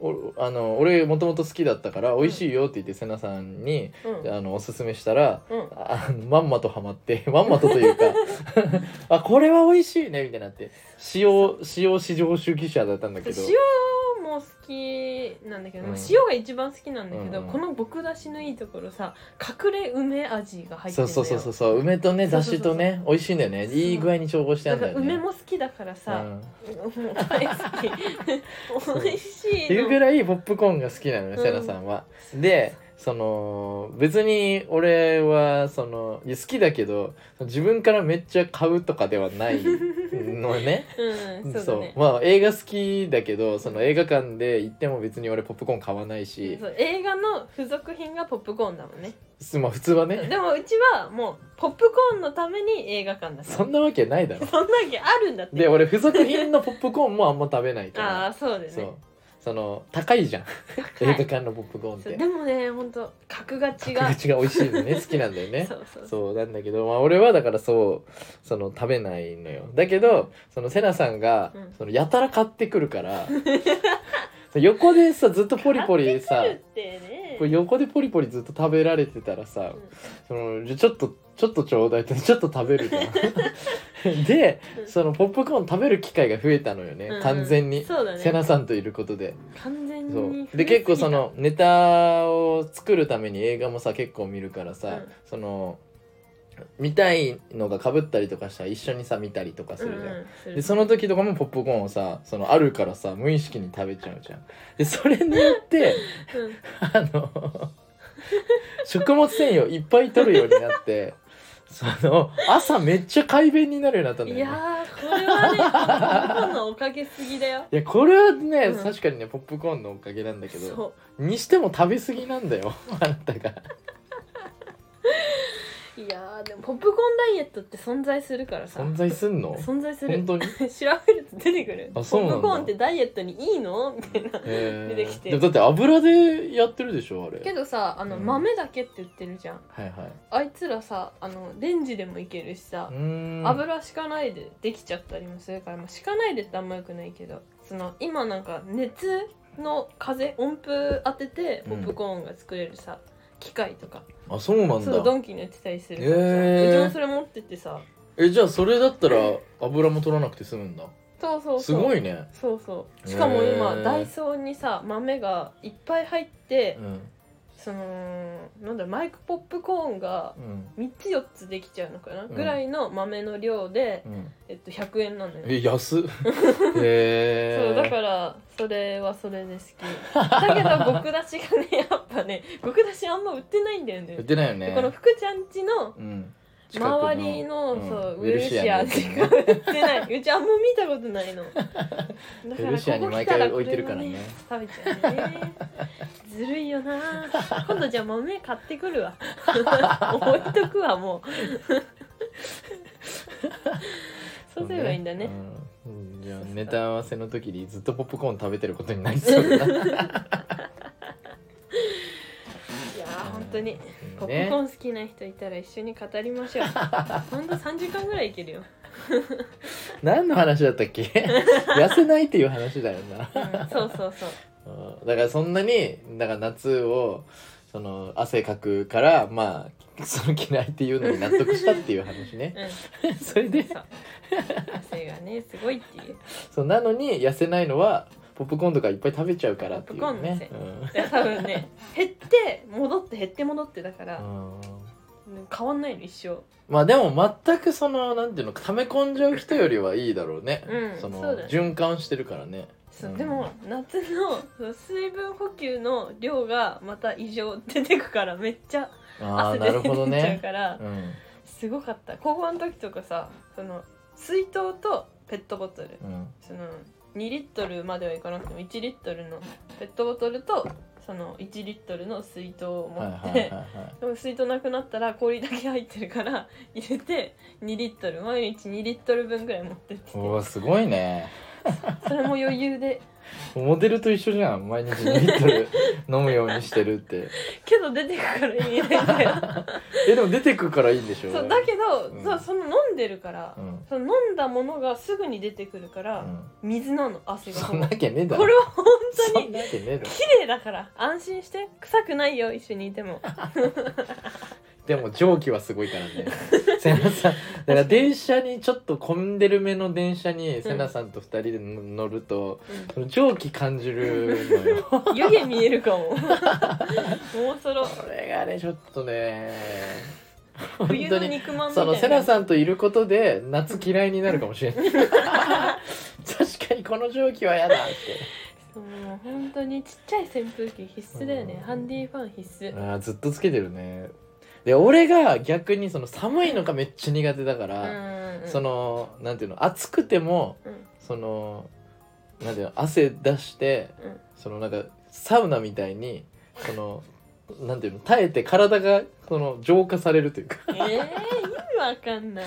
Speaker 1: おあの俺もともと好きだったから美味しいよって言って瀬名さんに
Speaker 2: うん
Speaker 1: あのおすすめしたら
Speaker 2: うん
Speaker 1: ああのまんまとハマって (laughs) まんまとというかあこれは美味しいねみたいになって塩塩至上主義者だったんだけど
Speaker 2: 塩も好きなんだけど、
Speaker 1: うん
Speaker 2: 塩が一番好きなんだけど、
Speaker 1: うんうん
Speaker 2: この僕だしのいいところさ隠れ梅味が入って
Speaker 1: そ
Speaker 2: る
Speaker 1: うん
Speaker 2: だよ
Speaker 1: そうそうそうそう梅とね
Speaker 2: そう
Speaker 1: だ
Speaker 2: そうそう
Speaker 1: し
Speaker 2: そう
Speaker 1: とね美味しいんだよね
Speaker 2: そう
Speaker 1: いい具合に調合してあ
Speaker 2: だ
Speaker 1: るん
Speaker 2: か
Speaker 1: だ
Speaker 2: ら
Speaker 1: よね
Speaker 2: 梅も好きだからさ、
Speaker 1: うん
Speaker 2: もう大好き (laughs) 美味しいの
Speaker 1: っていうぐらいポップコーンが好きなのね
Speaker 2: うん
Speaker 1: セナさんは。でその別に俺はそのいや好きだけど自分からめっちゃ買うとかではないの
Speaker 2: (laughs)
Speaker 1: ね。
Speaker 2: うんそうだね
Speaker 1: まあ映画好きだけどその映画館で行っても別に俺ポップコーン買わないし、
Speaker 2: そう映画の付属品がポップコーンだもんね
Speaker 1: すまあ普通はね
Speaker 2: (laughs) でもうちはもうポップコーンのために映画館だから
Speaker 1: そんなわけないだろ。
Speaker 2: そんなわけあるんだって
Speaker 1: で俺付属
Speaker 2: (laughs)
Speaker 1: 品のポップコーンもあんま食べないか
Speaker 2: あ
Speaker 1: ら
Speaker 2: あそうだよ
Speaker 1: そ
Speaker 2: (laughs)
Speaker 1: う
Speaker 2: ね
Speaker 1: その高いじゃん映
Speaker 2: は
Speaker 1: 画
Speaker 2: い
Speaker 1: 館のポップコーンっ
Speaker 2: そう
Speaker 1: て
Speaker 2: でもね本当格が違う
Speaker 1: が違う美味しいのね好きなんだよね。
Speaker 2: そうそうそう
Speaker 1: そうなんだけど、まあ、俺はだからそうその食べないのよだけどそのセナさんが、
Speaker 2: うん
Speaker 1: そのやたら買ってくるから
Speaker 2: (laughs)
Speaker 1: 横でさずっとポリポリさ
Speaker 2: 買ってくるって (laughs) ね
Speaker 1: これ横でポリポリずっと食べられてたらさ、
Speaker 2: うん
Speaker 1: そのじゃちょっとちょっとちょうだいってちょっと食べるじ
Speaker 2: (laughs)
Speaker 1: ゃんで
Speaker 2: うん
Speaker 1: そのポップコーン食べる機会が増えたのよね、
Speaker 2: うんうん
Speaker 1: 完全に、
Speaker 2: そうだね
Speaker 1: セナさんといることで
Speaker 2: 完全に
Speaker 1: そう
Speaker 2: 増え
Speaker 1: です
Speaker 2: ぎ
Speaker 1: 結
Speaker 2: た
Speaker 1: 構そのネタを作るために映画もさ結構見るからさ、
Speaker 2: うん
Speaker 1: その見たいのがかぶったりとかしたら一緒にさ見たりとかするじゃん。
Speaker 2: うんうんする
Speaker 1: でその時とかもポップコーンをさそのあるからさ無意識に食べちゃうじゃん。でそれによって
Speaker 2: うん
Speaker 1: あの食物繊維をいっぱい取るようになってその朝めっちゃ快便になるようになったんだよ
Speaker 2: い
Speaker 1: ね。
Speaker 2: やーこれ
Speaker 1: (laughs)
Speaker 2: はねポップコーンのおかげすぎだよ
Speaker 1: いやこれはね、
Speaker 2: うん
Speaker 1: 確かにねポップコーンのおかげなんだけど
Speaker 2: そ
Speaker 1: にしても食べ過ぎなんだよあなたが
Speaker 2: ういやーでもポップコーンダイエットって存在するからさ
Speaker 1: 存在すんの
Speaker 2: 存在する
Speaker 1: 本当に
Speaker 2: (laughs) 調べると出てくるポ
Speaker 1: あそうなん
Speaker 2: ッ
Speaker 1: だ
Speaker 2: プコーンってダイエットにいいのみたいな
Speaker 1: 出
Speaker 2: 出てきて
Speaker 1: でもだって油でやってるでしょあ
Speaker 2: け
Speaker 1: れ
Speaker 2: どさあの、
Speaker 1: うん
Speaker 2: 豆だけって言ってるじゃん
Speaker 1: はいはい
Speaker 2: あいつらさあのレンジでもいけるしさ
Speaker 1: う、ーん
Speaker 2: 油敷かないでできちゃったりもするから、まあ、敷かないでってあんまよくないけどその今なんか熱の風音符当ててポップコーンが作れるさ、機械とか
Speaker 1: あそうなん
Speaker 2: そうド
Speaker 1: だ
Speaker 2: ンキに売ってたりするからさ、
Speaker 1: へー
Speaker 2: うちもそれ持ってってさ
Speaker 1: えじゃあそれだったら油も取らなくて済むんだ
Speaker 2: そうそうそう
Speaker 1: すごいね
Speaker 2: そうそうしかも今
Speaker 1: へー
Speaker 2: ダイソーにさ豆がいっぱい入って
Speaker 1: う、ん
Speaker 2: そのなんだマイクポップコーンが
Speaker 1: うん
Speaker 2: 3つ4つできちゃうのかな、
Speaker 1: ん
Speaker 2: ぐらいの豆の量で、
Speaker 1: うん
Speaker 2: えっと、100円なのよ
Speaker 1: え
Speaker 2: (laughs)
Speaker 1: 安っへー
Speaker 2: そうだからそれはそれで好きだけど極出しがねやっぱね極出しあんま売ってないんだよね
Speaker 1: 売ってないよ
Speaker 2: でこの
Speaker 1: ね
Speaker 2: 福ちゃん家の
Speaker 1: うん近く
Speaker 2: 周りの
Speaker 1: うん
Speaker 2: そう、
Speaker 1: ウ
Speaker 2: ウェ
Speaker 1: ェル
Speaker 2: ル
Speaker 1: シ
Speaker 2: シ
Speaker 1: ア
Speaker 2: ア
Speaker 1: に
Speaker 2: しか (laughs) 売ってないうちあんま見たことない
Speaker 1: (laughs)
Speaker 2: のだから
Speaker 1: ウェルシアに
Speaker 2: ここ
Speaker 1: 毎
Speaker 2: 来た
Speaker 1: 回
Speaker 2: ら
Speaker 1: 置いてるからね
Speaker 2: これをね食べちゃうねずるいよな今度じゃあ豆買ってくるわ (laughs) 置いとくわもう
Speaker 1: (laughs)
Speaker 2: そうすればいいんだね
Speaker 1: うんうんじゃあネタ合わせの時にずっとポップコーン食べてることにな
Speaker 2: (laughs)
Speaker 1: りそう (laughs) だな
Speaker 2: いやー本当にポップ
Speaker 1: ね
Speaker 2: コーン好きな人いたら一緒に語りましょう。ほんと3時間ぐらいいけるよ。
Speaker 1: 何の話だったっけ
Speaker 2: (laughs)
Speaker 1: 痩せないっていう話だよな
Speaker 2: うん、そうそうそう。
Speaker 1: うんだからそんなにだから夏をその汗かくからまあその嫌いっていうのに納得したっていう話ね
Speaker 2: うん、
Speaker 1: (laughs) それで
Speaker 2: (laughs) そう汗がねすごいっていう。
Speaker 1: そうなのに痩せないのはポップコーンとかいっぱい食べちゃうからってい
Speaker 2: ポッ
Speaker 1: う
Speaker 2: プコーンのせ
Speaker 1: ね
Speaker 2: いいや多分ね減って戻って減って戻ってだか
Speaker 1: う
Speaker 2: ら、
Speaker 1: んうん
Speaker 2: 変わんないの一生。
Speaker 1: まあでも全くそのなんていうの溜め込んじゃう人よりはいいだろうね、
Speaker 2: うん
Speaker 1: その
Speaker 2: そうだね
Speaker 1: 循環してるか
Speaker 2: (laughs)
Speaker 1: らね
Speaker 2: そう
Speaker 1: うん
Speaker 2: でも夏の (laughs) その水分補給の量がまた異常出てくからめっちゃ
Speaker 1: ああ
Speaker 2: 汗
Speaker 1: な
Speaker 2: 出
Speaker 1: る
Speaker 2: て
Speaker 1: ほど
Speaker 2: きちゃう
Speaker 1: ね、
Speaker 2: から、
Speaker 1: うん
Speaker 2: すごかった。高校の時とかさその水筒とペットボトル。 (laughs)
Speaker 1: うん、
Speaker 2: その2リットルまではいかなくても1リットルのペットボトルとその1リットルの水筒を持
Speaker 1: はい
Speaker 2: って、
Speaker 1: はいはいはい
Speaker 2: でも水筒なくなったら氷だけ入ってるから入れて2リットル毎日2リットル分ぐらい持ってって
Speaker 1: おおすごいね
Speaker 2: それも余裕で
Speaker 1: モデルと一緒じゃん毎日2リットル飲むようにしてるって
Speaker 2: けど出てくから意味ないんだよ
Speaker 1: えでも出てくからいいんでしょ
Speaker 2: そうだけど、
Speaker 1: うん
Speaker 2: そうその飲んでるから、
Speaker 1: うん
Speaker 2: その飲んだものがすぐに出てくるから、
Speaker 1: うん
Speaker 2: 水なの汗が
Speaker 1: そ
Speaker 2: ほ
Speaker 1: ん
Speaker 2: ぼ
Speaker 1: なわけねえだろ
Speaker 2: これは本当
Speaker 1: そん
Speaker 2: に
Speaker 1: なわけねえだ
Speaker 2: 綺
Speaker 1: ろ
Speaker 2: 麗だから安心して臭くないよ一緒にいて
Speaker 1: (laughs)
Speaker 2: も
Speaker 1: でも蒸気はすごいからね (laughs) 瀬名さんだから電車にちょっと混んでる目の電車に瀬名さんと2人で乗ると、その蒸気感じるのよ (laughs) こ
Speaker 2: 湯気見える
Speaker 1: (laughs)
Speaker 2: かももうそろ
Speaker 1: れがねちょっとね本
Speaker 2: 冬
Speaker 1: 当
Speaker 2: の
Speaker 1: に
Speaker 2: 肉まんみた
Speaker 1: そ
Speaker 2: いな
Speaker 1: の瀬名さんといることで夏嫌いになるかもしれな
Speaker 2: (laughs)
Speaker 1: い確かにこの蒸気は嫌だって
Speaker 2: そうもう本当にちっちゃい扇風機必須だよね、
Speaker 1: うん
Speaker 2: ハンディファン必須、
Speaker 1: あーずっとつけてるねで俺が逆にその寒いのがめっちゃ苦手だか
Speaker 2: う
Speaker 1: ら、
Speaker 2: んうん、
Speaker 1: そのなんていうの暑くても
Speaker 2: うん
Speaker 1: そのなんていうの汗出して
Speaker 2: うん
Speaker 1: そのなんかサウナみたいにそのなんていうの耐えて体がその浄化されるというか
Speaker 2: えー、意味わかんない、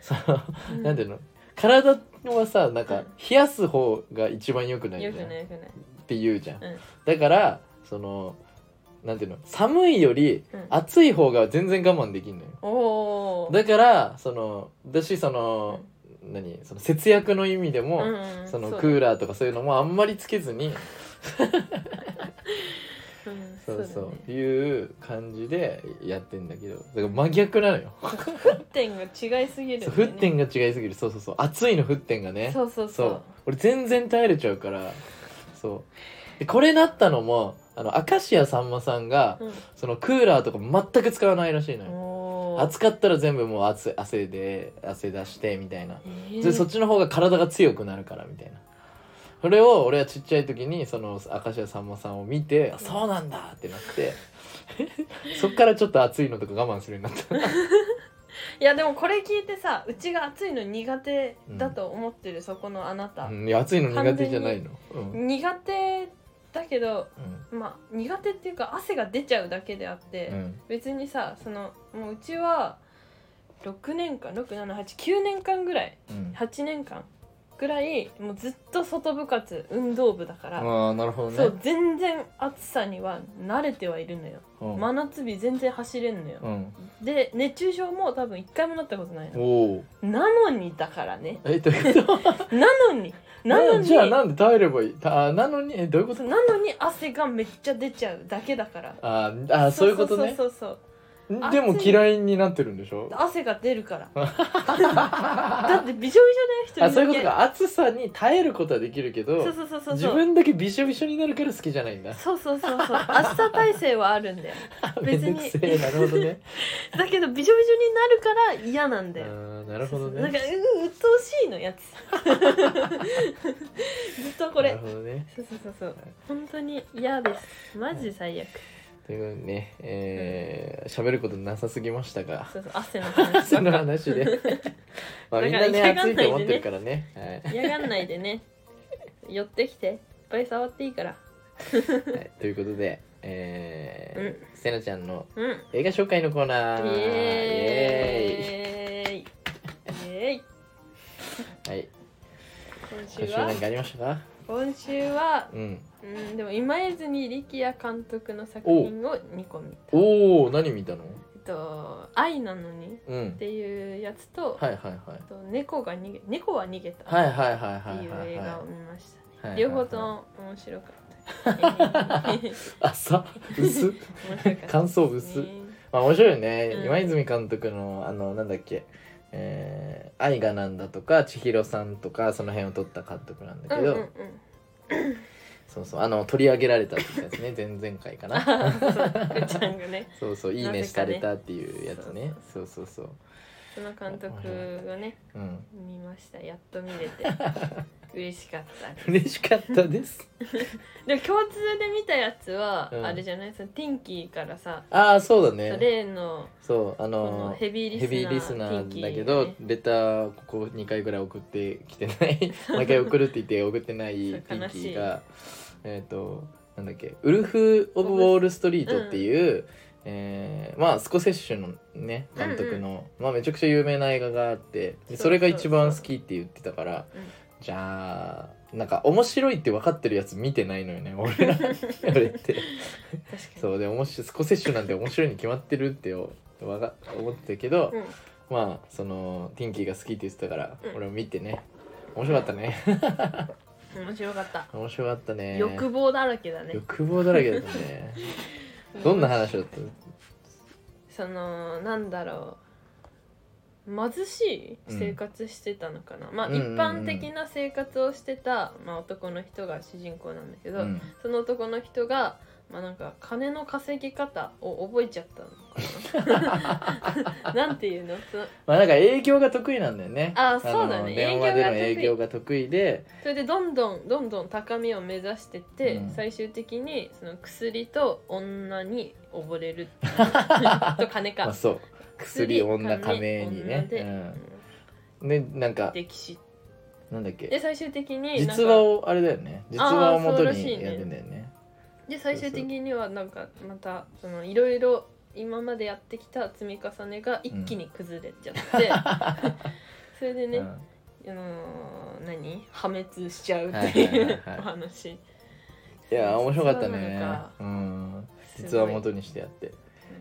Speaker 1: その
Speaker 2: うん
Speaker 1: (laughs) なんていうの体はさなんか冷やす方が一番良くないじゃ
Speaker 2: よ
Speaker 1: ん
Speaker 2: くない
Speaker 1: っ
Speaker 2: よくない
Speaker 1: て言うじゃん、
Speaker 2: うん
Speaker 1: だからそのなんていうの寒いより
Speaker 2: うん
Speaker 1: 暑い方が全然我慢できんのよ
Speaker 2: おお
Speaker 1: だからその私その、何その節約の意味でも、そのクーラーとかそういうのもあんまりつけずに
Speaker 2: うん
Speaker 1: そ
Speaker 2: そう
Speaker 1: う
Speaker 2: だ
Speaker 1: そう
Speaker 2: ね
Speaker 1: いう感じでやってんだけどだから真逆なのよ
Speaker 2: 沸点が違いすぎる
Speaker 1: そうん
Speaker 2: だよ
Speaker 1: 沸
Speaker 2: ね
Speaker 1: 点が違いすぎるそうそうそう暑いの沸点がね
Speaker 2: そうそう
Speaker 1: そ
Speaker 2: そうう
Speaker 1: 俺全然耐えれちゃうからそうでこれなったのもあの明石家さんまさんが
Speaker 2: うん
Speaker 1: そのクーラーとか全く使わないらしいのよ
Speaker 2: おー
Speaker 1: 暑かったら全部もう汗汗で汗出してみたいな
Speaker 2: えー
Speaker 1: それそっちの方が体が強くなるからみたいなそれを俺はちっちゃい時にその明石家さんまさんを見て、あそうなんだってなって (laughs) そっからちょっと暑いのとか我慢するようになった
Speaker 2: いやでもこれ聞いてさうちが暑いの苦手だと思ってる、そこのあなた、
Speaker 1: うんいや暑いの苦手じゃないの、うんうん
Speaker 2: 苦手だけどまあ苦手っていうか汗が出ちゃうだけであって、
Speaker 1: うん
Speaker 2: 別にさそのもううちは6年間6789年間ぐらい
Speaker 1: うん、
Speaker 2: 8年間ぐらいもうずっと外部活運動部だから、
Speaker 1: ああなるほどね
Speaker 2: そう全然暑さには慣れてはいるのよ
Speaker 1: うん
Speaker 2: 真夏日全然走れんのよ
Speaker 1: うん、
Speaker 2: で熱中症も多分一回もなったことない
Speaker 1: お
Speaker 2: の
Speaker 1: お
Speaker 2: なのにだからね
Speaker 1: えどうい
Speaker 2: (laughs)
Speaker 1: うこと
Speaker 2: なのになのに
Speaker 1: じゃあなんで耐えればいいあーなのにえどういうこと
Speaker 2: なのに汗がめっちゃ出ちゃうだけだから
Speaker 1: あーあーそういうことね
Speaker 2: そうそうそうそう
Speaker 1: でも
Speaker 2: 暑い
Speaker 1: 嫌いになってるんでしょ
Speaker 2: そう汗が出る
Speaker 1: (laughs)
Speaker 2: からだ
Speaker 1: あ
Speaker 2: ってびしょびしょだよ一人だけ
Speaker 1: そういうことか暑さに耐えることはできるけど
Speaker 2: そうそうそうそう
Speaker 1: 自分だけびしょびしょになるから好きじゃないんだ
Speaker 2: そうそうそうそう暑さ耐性はあるんだよ
Speaker 1: (laughs) め
Speaker 2: 別に
Speaker 1: んどくせえなるほ
Speaker 2: (laughs)
Speaker 1: どね
Speaker 2: だけどびしょびしょになるから嫌なん
Speaker 1: あ
Speaker 2: だよ
Speaker 1: ーなるほどね
Speaker 2: なんかううっとうしいのやつ (laughs) ずっとこ
Speaker 1: な
Speaker 2: れ
Speaker 1: るほどね
Speaker 2: そうそうそうそう本当に嫌ですマジ最悪
Speaker 1: ということでねえー、喋ることなさすぎまし
Speaker 2: (laughs)
Speaker 1: たが
Speaker 2: そうそう汗の話
Speaker 1: その話
Speaker 2: (laughs)
Speaker 1: でまあみんなね
Speaker 2: だから
Speaker 1: 暑いと思ってるからねはい
Speaker 2: 嫌がんないでね寄ってきていっぱい触っていいから
Speaker 1: はい、ということでえーせなちゃんの
Speaker 2: うん
Speaker 1: 映画紹介のコーナー
Speaker 2: イ
Speaker 1: イエ
Speaker 2: エーイイエーイ
Speaker 1: ーイはい
Speaker 2: 今
Speaker 1: 今
Speaker 2: 週
Speaker 1: 週何
Speaker 2: は
Speaker 1: かありましたか
Speaker 2: 今週は
Speaker 1: うん
Speaker 2: うんでも今泉力也監督の作品を2個見た
Speaker 1: おお何見たの
Speaker 2: えっと「愛なのに」
Speaker 1: う
Speaker 2: っ
Speaker 1: ん
Speaker 2: ていうやつと,、
Speaker 1: はいはいはい
Speaker 2: と猫が逃げ「猫は逃げた」っ
Speaker 1: はいはいはい
Speaker 2: て
Speaker 1: はいいう
Speaker 2: 映
Speaker 1: はいは
Speaker 2: 画を見ましたね、
Speaker 1: いはい
Speaker 2: 両方とも面白か
Speaker 1: (laughs)
Speaker 2: った、面
Speaker 1: あさ薄
Speaker 2: 白
Speaker 1: っ
Speaker 2: かった
Speaker 1: 感想薄っまあ面白いよね、
Speaker 2: うん
Speaker 1: 今泉監督のあのなんだっけ「えー、愛がなんだ」とか「千尋さん」とかその辺を撮った監督なんだ
Speaker 2: うん
Speaker 1: け
Speaker 2: うん
Speaker 1: ど、
Speaker 2: うん
Speaker 1: そうそうあの取り上げられたってやつね前々回か
Speaker 2: あ
Speaker 1: な
Speaker 2: そうそう福ちゃんが
Speaker 1: (laughs)
Speaker 2: ね
Speaker 1: そうそう「いいね」されたっていうやつねそうそうそう
Speaker 2: その監督がね
Speaker 1: うん
Speaker 2: 見ましたやっと見れて嬉しかったです
Speaker 1: 嬉しかったです
Speaker 2: でも共通で見たやつは、
Speaker 1: うん
Speaker 2: あれじゃないその天気からさ、
Speaker 1: ああそうだ
Speaker 2: そ
Speaker 1: ね
Speaker 2: れの
Speaker 1: そうあ
Speaker 2: この
Speaker 1: の
Speaker 2: ヘビーリスナー
Speaker 1: ヘビーリスナーだけ
Speaker 2: テ
Speaker 1: ど
Speaker 2: ィンキーがね
Speaker 1: レターここ2回ぐらい送ってきてない
Speaker 2: (laughs)
Speaker 1: 毎回送るって言って送ってない
Speaker 2: そう
Speaker 1: ピンキーがえっ、となんだっけウルフ・オブ・ウォール・ストリートっていう、えーまあスコセッシュのね監督の、まあ、めちゃくちゃ有名な映画があってでそれが一番好きって言ってたから
Speaker 2: そうそう
Speaker 1: じゃあなんか面白いって分かってるやつ見てないのよね俺
Speaker 2: (laughs)
Speaker 1: ら俺って
Speaker 2: 確かに
Speaker 1: そうで面白いスコセッシュなんて面白いに決まってるってよわが思ってたけど、
Speaker 2: うん
Speaker 1: まあそのティンキーが好きって言ってたから、
Speaker 2: うん
Speaker 1: 俺も見てね面白かったね
Speaker 2: 面白かった、
Speaker 1: 面白かったね
Speaker 2: 欲望だらけだね
Speaker 1: 欲望だらけだっ
Speaker 2: (laughs)
Speaker 1: たねどんな話だった
Speaker 2: そのなんだろう貧しい生活してたのかな、まあ
Speaker 1: うん
Speaker 2: 一
Speaker 1: うんうん
Speaker 2: 般的な生活をしてた、まあ、男の人が主人公なんだけど、
Speaker 1: うん
Speaker 2: その男の人が、まあ、なんか金の稼ぎ方を覚えちゃったの
Speaker 1: (laughs)
Speaker 2: かななんていうのその
Speaker 1: まあなんか営業が得意なんだよね
Speaker 2: あそうだね
Speaker 1: あの電話での営
Speaker 2: 営
Speaker 1: 業
Speaker 2: 業
Speaker 1: が得意で
Speaker 2: それでどんどんどんどん高みを目指してって、
Speaker 1: うん
Speaker 2: 最終的にその薬と女に溺れる
Speaker 1: (laughs)
Speaker 2: と金
Speaker 1: まあ
Speaker 2: か
Speaker 1: そう薬女金に
Speaker 2: 女
Speaker 1: ね
Speaker 2: で、
Speaker 1: うん、でなん
Speaker 2: うん
Speaker 1: か
Speaker 2: 歴史
Speaker 1: なんだっけ
Speaker 2: で最終的になんか
Speaker 1: 実話をあれだよね実話を元
Speaker 2: あーそうらしい
Speaker 1: に
Speaker 2: ね
Speaker 1: やるんだよね
Speaker 2: で最終的にはなんかまたそのいろいろ今までやってきた積み重ねが一気に崩れちゃって、
Speaker 1: (laughs)
Speaker 2: それでね、
Speaker 1: うん
Speaker 2: あのー何破滅しちゃうって
Speaker 1: はい
Speaker 2: い
Speaker 1: は
Speaker 2: う
Speaker 1: いはいはい
Speaker 2: お話
Speaker 1: いやー面白かった
Speaker 2: そうな
Speaker 1: ね
Speaker 2: のか
Speaker 1: うん
Speaker 2: すごい
Speaker 1: 実は元にしてやって
Speaker 2: う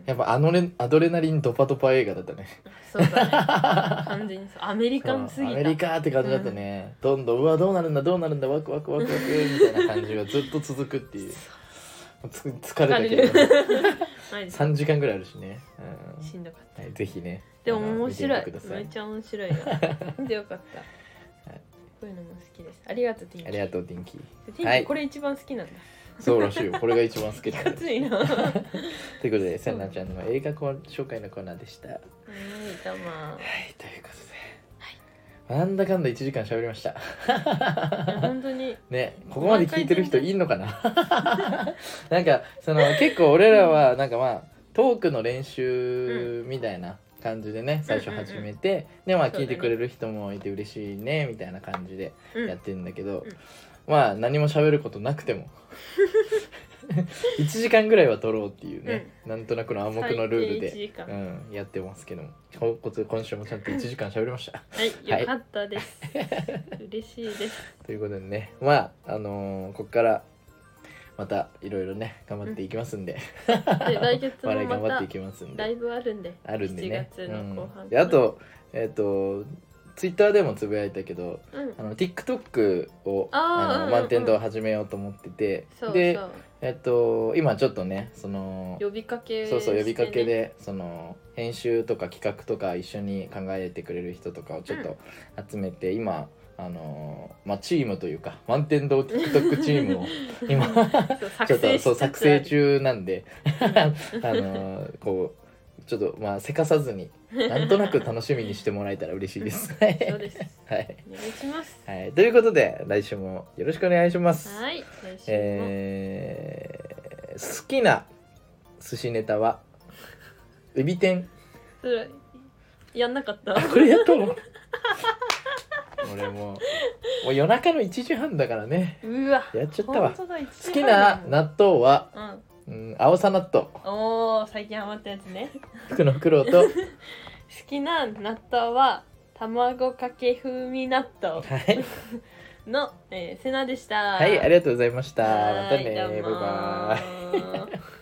Speaker 1: や
Speaker 2: ん
Speaker 1: っぱあのレアドレナリンドパドパ映画だったね
Speaker 2: そうだね完全にそうアメリカンすぎ
Speaker 1: ア
Speaker 2: た
Speaker 1: メリカって感じだったね、どんどんうわどうなるんだどうなるんだワクワクワクワクみたいな感じがずっと続くっていうつ疲れたけど
Speaker 2: マジ
Speaker 1: 3時間ぐらいあるしね、うん
Speaker 2: しんどかった
Speaker 1: はい、ぜひね
Speaker 2: でも面白
Speaker 1: あの
Speaker 2: い
Speaker 1: 見てみてくださ
Speaker 2: めっ
Speaker 1: い
Speaker 2: ちゃ面
Speaker 1: (laughs)
Speaker 2: 白いよ見てよかった
Speaker 1: はい
Speaker 2: こういうのも好きですありがとうティンキ
Speaker 1: あ
Speaker 2: ー
Speaker 1: りがとうティンキー
Speaker 2: ティンキー、
Speaker 1: はい
Speaker 2: これ一番好きなんだ
Speaker 1: そうらしいよこれが一番好き
Speaker 2: い
Speaker 1: だ
Speaker 2: か
Speaker 1: ね
Speaker 2: つい
Speaker 1: (laughs)
Speaker 2: なはいどうも
Speaker 1: ということでセンナちゃんの映画コー紹介のコーナーでしたはいということで、なんだかんだ1時間喋りました
Speaker 2: いや本当に
Speaker 1: ねここまで聞いてる人いんのかななんかその結構俺らはなんかまあトークの練習みたいな感じでね最初始めてでま
Speaker 2: そう
Speaker 1: あ
Speaker 2: だ
Speaker 1: 聞
Speaker 2: ね
Speaker 1: いてくれる人もいて嬉しいねみたいな感じで
Speaker 2: うん
Speaker 1: やってるんだけど
Speaker 2: うん
Speaker 1: まあ何も喋ることなくても (laughs) 1時間ぐらいは撮ろうっていうねなんとなくの暗黙のル
Speaker 2: 最低
Speaker 1: ールで
Speaker 2: 1時間
Speaker 1: うんやってますけどもこ今週もちゃんと1時間喋りました。
Speaker 2: はいよかったです、嬉しいです
Speaker 1: ということでねまああのーこっからまたいろいろね頑張っていきますんで、
Speaker 2: で来月
Speaker 1: (laughs) 我々
Speaker 2: も
Speaker 1: 頑
Speaker 2: ま
Speaker 1: 張って
Speaker 2: た
Speaker 1: いきますん
Speaker 2: ライ
Speaker 1: で
Speaker 2: ブあるんで
Speaker 1: あるんでね
Speaker 2: 7月の後半かな
Speaker 1: うん、であとえっ、とツイッターでもつぶやいたけど
Speaker 2: うん
Speaker 1: あの TikTok を
Speaker 2: あー
Speaker 1: あ
Speaker 2: うんうん
Speaker 1: の
Speaker 2: うん
Speaker 1: 満点堂始めようと思ってて、
Speaker 2: そう
Speaker 1: で
Speaker 2: そう
Speaker 1: えっ、と今ちょっとねその
Speaker 2: 呼びかけ、
Speaker 1: そうそう呼びかけでその編集とか企画とか一緒に考えてくれる人とかをちょっと集めて、今あのーまあチームというか満天堂 TikTok チーム
Speaker 2: (laughs)
Speaker 1: を今
Speaker 2: そう作
Speaker 1: ちょ
Speaker 2: 成しつ
Speaker 1: っと
Speaker 2: つある
Speaker 1: そう作成中なんで (laughs) あのーこうちょっとまあせかさずになんとなく楽しみにしてもらえたら嬉しいです。は
Speaker 2: (laughs) そう
Speaker 1: い、
Speaker 2: です
Speaker 1: (laughs) はい
Speaker 2: お願いします
Speaker 1: はい、ということで来週もよろしくお願いします。
Speaker 2: はい来週も、
Speaker 1: えー好きな寿司ネタはエビ天
Speaker 2: それやんなかった
Speaker 1: これやったの俺もうもう夜中の1時半だからね
Speaker 2: うわ
Speaker 1: やっちゃったわ
Speaker 2: 本当だ
Speaker 1: 好きな
Speaker 2: な
Speaker 1: 納豆は、
Speaker 2: うん
Speaker 1: うん、青さ納豆
Speaker 2: おー最近ハマったやつね好
Speaker 1: 福の袋 (laughs) とは
Speaker 2: きな納豆は卵かけ風味納豆
Speaker 1: い、
Speaker 2: の、えー、セナでした
Speaker 1: はい、ありがとうございました
Speaker 2: は
Speaker 1: また
Speaker 2: ーい
Speaker 1: ねバイバイ
Speaker 2: どうもー